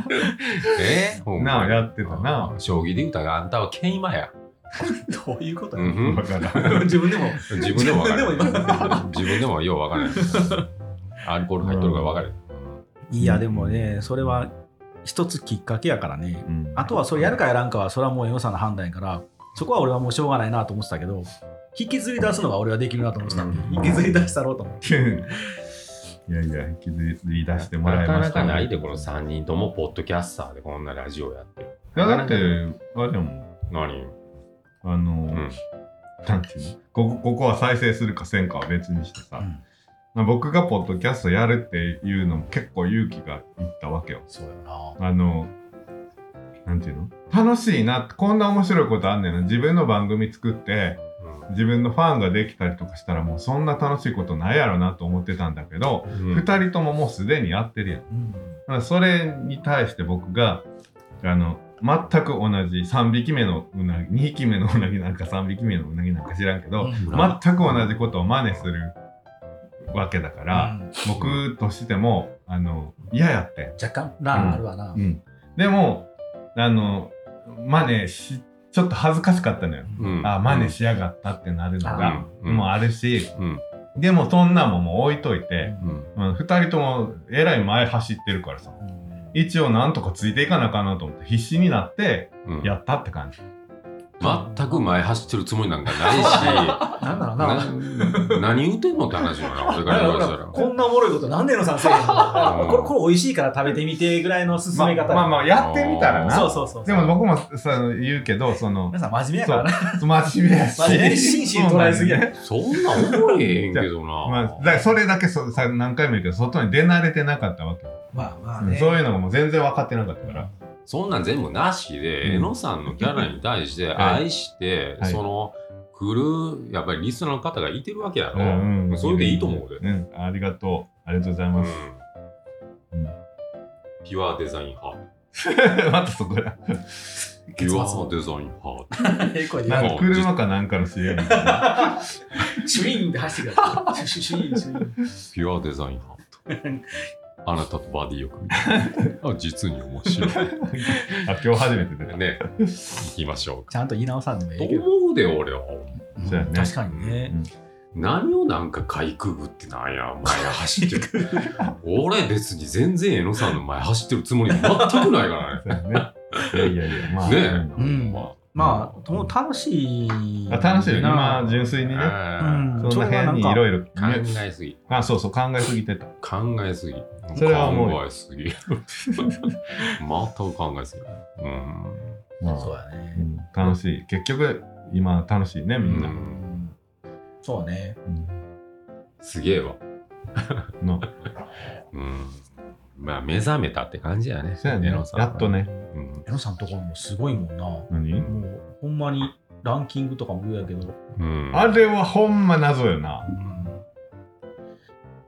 Speaker 2: えほんま
Speaker 1: なあ、やってたな。
Speaker 2: 将棋で言うたらあんたは桂馬や。
Speaker 3: <laughs> どういうこと
Speaker 2: う
Speaker 3: や
Speaker 2: んふん
Speaker 1: わからん。
Speaker 3: 自分でも、
Speaker 2: 自分でも分から
Speaker 3: 自分でも
Speaker 2: ない。
Speaker 1: <laughs>
Speaker 2: 自分でもよう分からない。アルコール入っとるから分かる。
Speaker 3: <laughs> いや、でもね、それは一つきっかけやからね。
Speaker 1: うん
Speaker 3: あと
Speaker 1: <laughs>
Speaker 3: はそれやるかやらんかは、それはもう江野さんの判断やから、そこは俺はもうしょうがないなと思ってたけど、引きずり出すのが俺はできるなと思ってたんで、引きずり出したろうと思って。
Speaker 1: いやいや、引きずり出してもらいました、
Speaker 2: なかなかないで、この3人ともポッドキャスターでこんなラジオやってる。
Speaker 1: いや、だって、あれやもん。
Speaker 2: 何
Speaker 1: あの、
Speaker 2: ん
Speaker 1: なんていうのここここは再生するかせんかは別にしてさ、
Speaker 3: うん
Speaker 1: まあ僕がポッドキャストやるっていうのも結構勇気がいったわけよ。
Speaker 3: そうやな。
Speaker 1: あの、なんていうの楽しいな、こんな面白いことあんねんな。自分の番組作って、自分のファンができたりとかしたらもうそんな楽しいことないやろなと思ってたんだけど、
Speaker 2: うん
Speaker 1: 二人とももうすでにやってるやん。
Speaker 3: うん
Speaker 1: まあそれに対して僕があの全く同じ3匹目のうなぎ2匹目のうなぎなんか3匹目のうなぎなんか知らんけど、全く同じことを真似するわけだから、
Speaker 3: うん
Speaker 1: 僕としてもあの嫌やってん、
Speaker 3: 若干な、あるわな。
Speaker 1: うんでもあの真似しちょっと恥ずかしかったのよ、
Speaker 2: うん
Speaker 1: あ真似しやがったってなるのが、
Speaker 2: うん
Speaker 1: もうあるし
Speaker 2: うん
Speaker 1: でもそんなんももう置いといて、
Speaker 2: うん
Speaker 1: まあ、2人ともえらい前走ってるからさ
Speaker 3: うん
Speaker 1: 一応なんとかついていかなあかんなと思って必死になって
Speaker 2: うん
Speaker 1: やったって感じ、
Speaker 2: 全く前走ってるつもりなんか
Speaker 1: <laughs>
Speaker 2: ないし、
Speaker 3: なんだろうな。
Speaker 2: な何言うてんのって話よな、俺から言われたら。
Speaker 3: こんなおもろいことなんでのさんせえへんのこれこれ美味しいから食べてみてぐらいの進
Speaker 1: ま
Speaker 3: め方、
Speaker 1: まあまあやってみたらな
Speaker 3: そうそうそう
Speaker 1: でも僕もそう言うけどその
Speaker 3: 皆さん真面目やからね
Speaker 1: 真面目やし
Speaker 3: 真面目に真摯に捉えすぎや
Speaker 1: そうなんだよね
Speaker 2: そんな思えへんけ
Speaker 1: <laughs>
Speaker 2: ど
Speaker 1: まあ、だ
Speaker 2: な。
Speaker 1: からそれだけそさ何回も言うけど外に出慣れてなかったわけ、
Speaker 3: まあまあ
Speaker 1: うん
Speaker 3: ね
Speaker 1: そういうのがもう全然分かってなかったから、
Speaker 2: そんなん全部なしで、
Speaker 1: うん
Speaker 2: 江野さんのキャラに対して
Speaker 1: <laughs> はい
Speaker 2: 愛して、
Speaker 1: はい
Speaker 2: その来るやっぱりリスナーの方がいてるわけやろ、
Speaker 1: うん
Speaker 2: それでいいと思うで、
Speaker 1: んんありがとうありがとうございます、
Speaker 2: うん
Speaker 1: うん
Speaker 2: ピュアデザイン
Speaker 1: <laughs>
Speaker 2: 派
Speaker 1: またそこだ
Speaker 2: ピュアデザイン派
Speaker 1: <laughs>
Speaker 3: ええ声で言
Speaker 1: な
Speaker 3: う
Speaker 1: か
Speaker 3: ん
Speaker 1: 車かなんかの CM みたいな
Speaker 3: シュインって走ってくださいシュシュシュインシュイン
Speaker 2: ピュアデザイン派とあなたとバディ
Speaker 1: <laughs>
Speaker 2: よく見てあ実に面白い
Speaker 1: あ今日初めて出た
Speaker 2: ね行きましょうか
Speaker 3: ちゃんと言い直さんでもえ
Speaker 2: と
Speaker 3: えけど、
Speaker 2: 思うで俺は
Speaker 1: そうやね
Speaker 3: 確かにね、
Speaker 2: 何をなんかかいくぐってなんや前走ってる俺別に全然江野さんの前走ってるつもり全くないから
Speaker 1: <laughs>
Speaker 2: ね
Speaker 1: そうやねいやいやいやまあ、
Speaker 2: ねえ
Speaker 1: うん
Speaker 3: うん
Speaker 2: ま
Speaker 3: まあとも楽しい
Speaker 1: あ楽しいよね。ま
Speaker 3: な
Speaker 1: あ純粋にね。
Speaker 2: あ
Speaker 3: うん
Speaker 1: そんな変にいろいろ。
Speaker 2: 考えすぎ
Speaker 1: あ、そうそう、考えすぎてた。
Speaker 2: 考えすぎ
Speaker 1: それはもう
Speaker 2: 考えすぎ <laughs> また考えすぎうん
Speaker 1: ま
Speaker 3: そう
Speaker 1: あ
Speaker 3: や
Speaker 1: う
Speaker 3: ね、
Speaker 1: ん楽しい。結局、今楽しいね、みんな
Speaker 2: う。
Speaker 3: うんんそうね
Speaker 2: すげえわ
Speaker 1: の
Speaker 2: <laughs> うんまあ目覚めたって感じやね
Speaker 1: そうや
Speaker 2: 江
Speaker 1: ね
Speaker 2: 野さ。ん
Speaker 1: やっとね。
Speaker 2: うん
Speaker 3: 江野さんのところもすごいもんなも
Speaker 1: 何
Speaker 3: うほんまにランキングとかも言うやけど
Speaker 2: うん
Speaker 1: あれはほんま謎よな。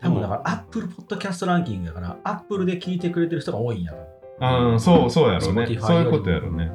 Speaker 3: 多分だから、アップルポッドキャストランキングだから、アップルで聞いてくれてる人が多いんやろ。
Speaker 1: うん、そう、そうやろうね。
Speaker 3: Spotify
Speaker 1: そういうことや
Speaker 2: う
Speaker 1: ろうんね。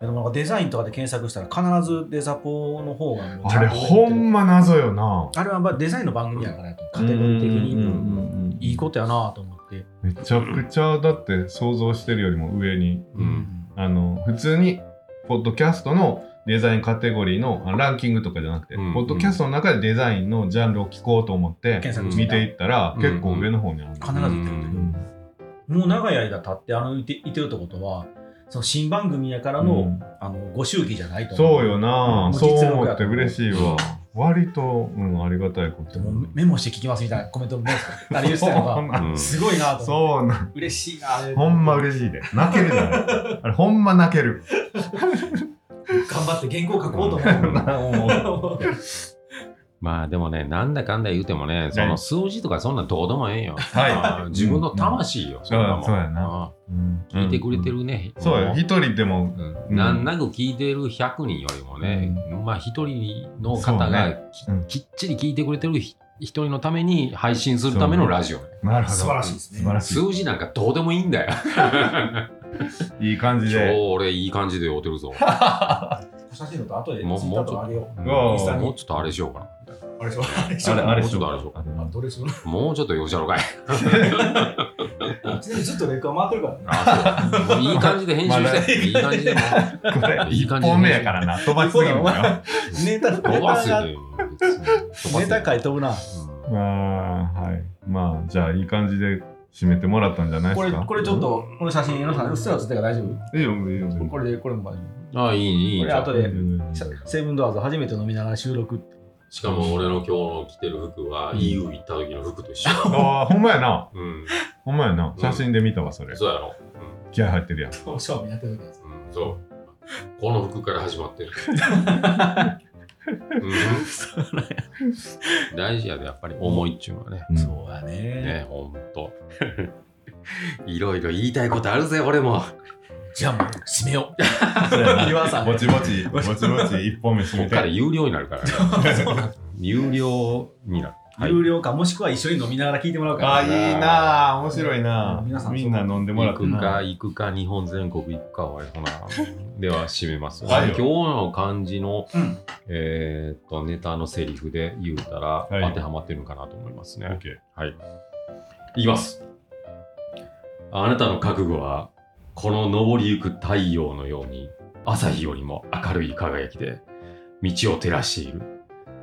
Speaker 3: でもなんかデザインとかで検索したら、必ずデザポの方がもうち
Speaker 1: あ
Speaker 3: ゃ
Speaker 1: れ
Speaker 3: んと出てくる
Speaker 1: ほんま謎よな。
Speaker 3: あれはまあデザインの番組やからやと、カテゴリー的
Speaker 1: うんうんうん
Speaker 3: に
Speaker 1: うん
Speaker 3: いいことやなと思って。
Speaker 1: めちゃくちゃだって想像してるよりも上に
Speaker 2: うん
Speaker 1: あの普通にポッドキャストのデザインカテゴリーのあランキングとかじゃなくて、
Speaker 2: うん
Speaker 1: ポッドキャストの中でデザインのジャンルを聞こうと思って
Speaker 3: 検索
Speaker 1: 見
Speaker 3: して
Speaker 1: いったら
Speaker 2: うん
Speaker 1: 結構上の方にある、
Speaker 3: たら必ず出てくる
Speaker 2: うん
Speaker 1: う。ん
Speaker 3: もう長い間経ってあのいていてるってことは、その新番組やから
Speaker 1: う
Speaker 3: の
Speaker 1: ん
Speaker 3: あのご祝儀じゃないと思
Speaker 1: そうよな、
Speaker 3: うん
Speaker 1: そう思って嬉しいわ、割と、うん、ありがたいこと
Speaker 3: もうメモして聞きますみたいなコメントもね、あれ言って
Speaker 1: <laughs>
Speaker 3: たの
Speaker 1: そ
Speaker 3: が、
Speaker 1: うなん
Speaker 2: うん
Speaker 3: すごいなと思って。
Speaker 1: そうなん
Speaker 3: 嬉しいな、あれ
Speaker 1: ほんま嬉しいで泣けるじゃないあれほんま泣ける
Speaker 3: 頑張って原稿書こうと思う。
Speaker 2: まあでもね、なんだかんだ言うてもね、その数字とかそんなんどうでもええんよ。
Speaker 1: はい
Speaker 2: あー自分の魂よ、んなもん
Speaker 1: そうやな。うん
Speaker 2: うん聞いてくれてるね。
Speaker 1: そうよ一人でも
Speaker 2: うんなんなく聞いてる100人よりもね、まあ一人の方がき,、
Speaker 1: そうねうん
Speaker 2: っちり聞いてくれてるひ一人のために配信するためのラジオね、
Speaker 1: なるほど
Speaker 3: 素晴らしいですね
Speaker 1: 素晴らし
Speaker 2: 数字なんかどうでもいいんだよ
Speaker 1: いいい感
Speaker 2: 今
Speaker 1: じ
Speaker 2: 日
Speaker 1: で
Speaker 2: 俺いい感じで酔う
Speaker 1: <laughs>
Speaker 2: てるぞ
Speaker 3: 写真のと後で
Speaker 2: もう
Speaker 3: ツイッターとかあげよ
Speaker 2: うん
Speaker 1: おー
Speaker 2: もうちょっとあれしようかな
Speaker 3: う。あれそう。あれ
Speaker 1: あれあれ
Speaker 2: も
Speaker 1: し
Speaker 2: うちょ
Speaker 1: よ
Speaker 2: っ
Speaker 1: う
Speaker 2: とあれしようか
Speaker 3: あどれそう。
Speaker 2: もうちょっと酔うちゃろかい
Speaker 3: ちなみにずっとレク回ってるからね。
Speaker 2: あそう <laughs> もういい感じで編集
Speaker 1: ま
Speaker 2: し
Speaker 1: だ
Speaker 2: て、いい感じでもう
Speaker 1: これ
Speaker 2: いい
Speaker 1: 一
Speaker 2: 感じ
Speaker 1: 本目やからな飛ばしすぎるから
Speaker 3: ネタ、ネ
Speaker 2: 飛ばす
Speaker 3: タ
Speaker 1: <laughs>
Speaker 2: よ、ね、別に飛ばすよ
Speaker 3: 回飛ぶな。
Speaker 2: うん
Speaker 1: まあはいまあじゃあいい感じで締めてもらったんじゃないで
Speaker 3: こ
Speaker 1: す
Speaker 3: れ、
Speaker 1: か
Speaker 3: これちょっと、この写真、江野さん、うっすら写ってたから大丈
Speaker 1: いいよいいよいい
Speaker 3: 夫
Speaker 1: よ
Speaker 3: これで、これも大丈
Speaker 2: ああいいいい
Speaker 3: これ後
Speaker 1: う
Speaker 3: れ
Speaker 1: んうんうん
Speaker 3: 夫。セブンドアーズ初めて飲みながら収録。
Speaker 2: しかも俺の今日の着てる服は、
Speaker 1: うん
Speaker 2: EU 行った時の服と一緒。
Speaker 1: ああほんまやな
Speaker 2: うん。
Speaker 1: ほんまやな
Speaker 2: うん
Speaker 1: 写真で見たわそれ
Speaker 2: そうやろ。
Speaker 1: 気合入ってるやん
Speaker 3: 勝負やってるわけです。
Speaker 2: うん。うん、そう。この服から始ま <laughs> ってる。うん、大事やで、やっぱり思いっちゅうのはね。
Speaker 1: うん
Speaker 3: そうや
Speaker 2: ね
Speaker 3: ね。、
Speaker 2: ほんと。いろいろ言いたいことあるぜ、俺も。
Speaker 3: じゃあもう、締めよ
Speaker 1: そうやな
Speaker 3: う。岩さ
Speaker 1: <laughs>
Speaker 3: ん。
Speaker 1: ぼちぼちぼちぼち一本目締
Speaker 2: こっ
Speaker 1: め
Speaker 2: から
Speaker 1: て
Speaker 2: 有料になるから <laughs> ね。有料になる。はい
Speaker 3: 有料か、もしくは一緒に飲みながら聞いてもらう
Speaker 1: あ
Speaker 3: か
Speaker 1: あいいなあ面白いなあ
Speaker 3: 皆さん
Speaker 1: みんな飲んでもらっ
Speaker 2: 行
Speaker 1: て
Speaker 2: くか
Speaker 1: な
Speaker 2: 行くか日本全国行くか俺ほなでは締めます、
Speaker 1: はい
Speaker 2: 今日の漢字の、
Speaker 3: うん
Speaker 2: えーっとネタのセリフで言うたら、
Speaker 1: はい
Speaker 2: 当てはまってるのかなと思いますね
Speaker 1: OK <laughs>
Speaker 2: はいいきますあなたの覚悟はこの昇りゆく太陽のように朝日よりも明るい輝きで道を照らしている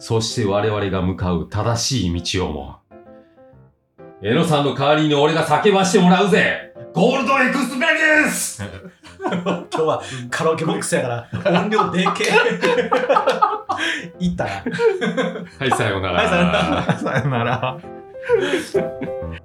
Speaker 2: そして我々が向かう正しい道をも江野さんの代わりに俺が叫ばしてもらうぜゴールドエクスペリエンス
Speaker 3: ら。今日はカラオケボックスやから、音量でけえ。いったな。
Speaker 2: はい、さようなら。
Speaker 3: はいさようなら
Speaker 1: さよなら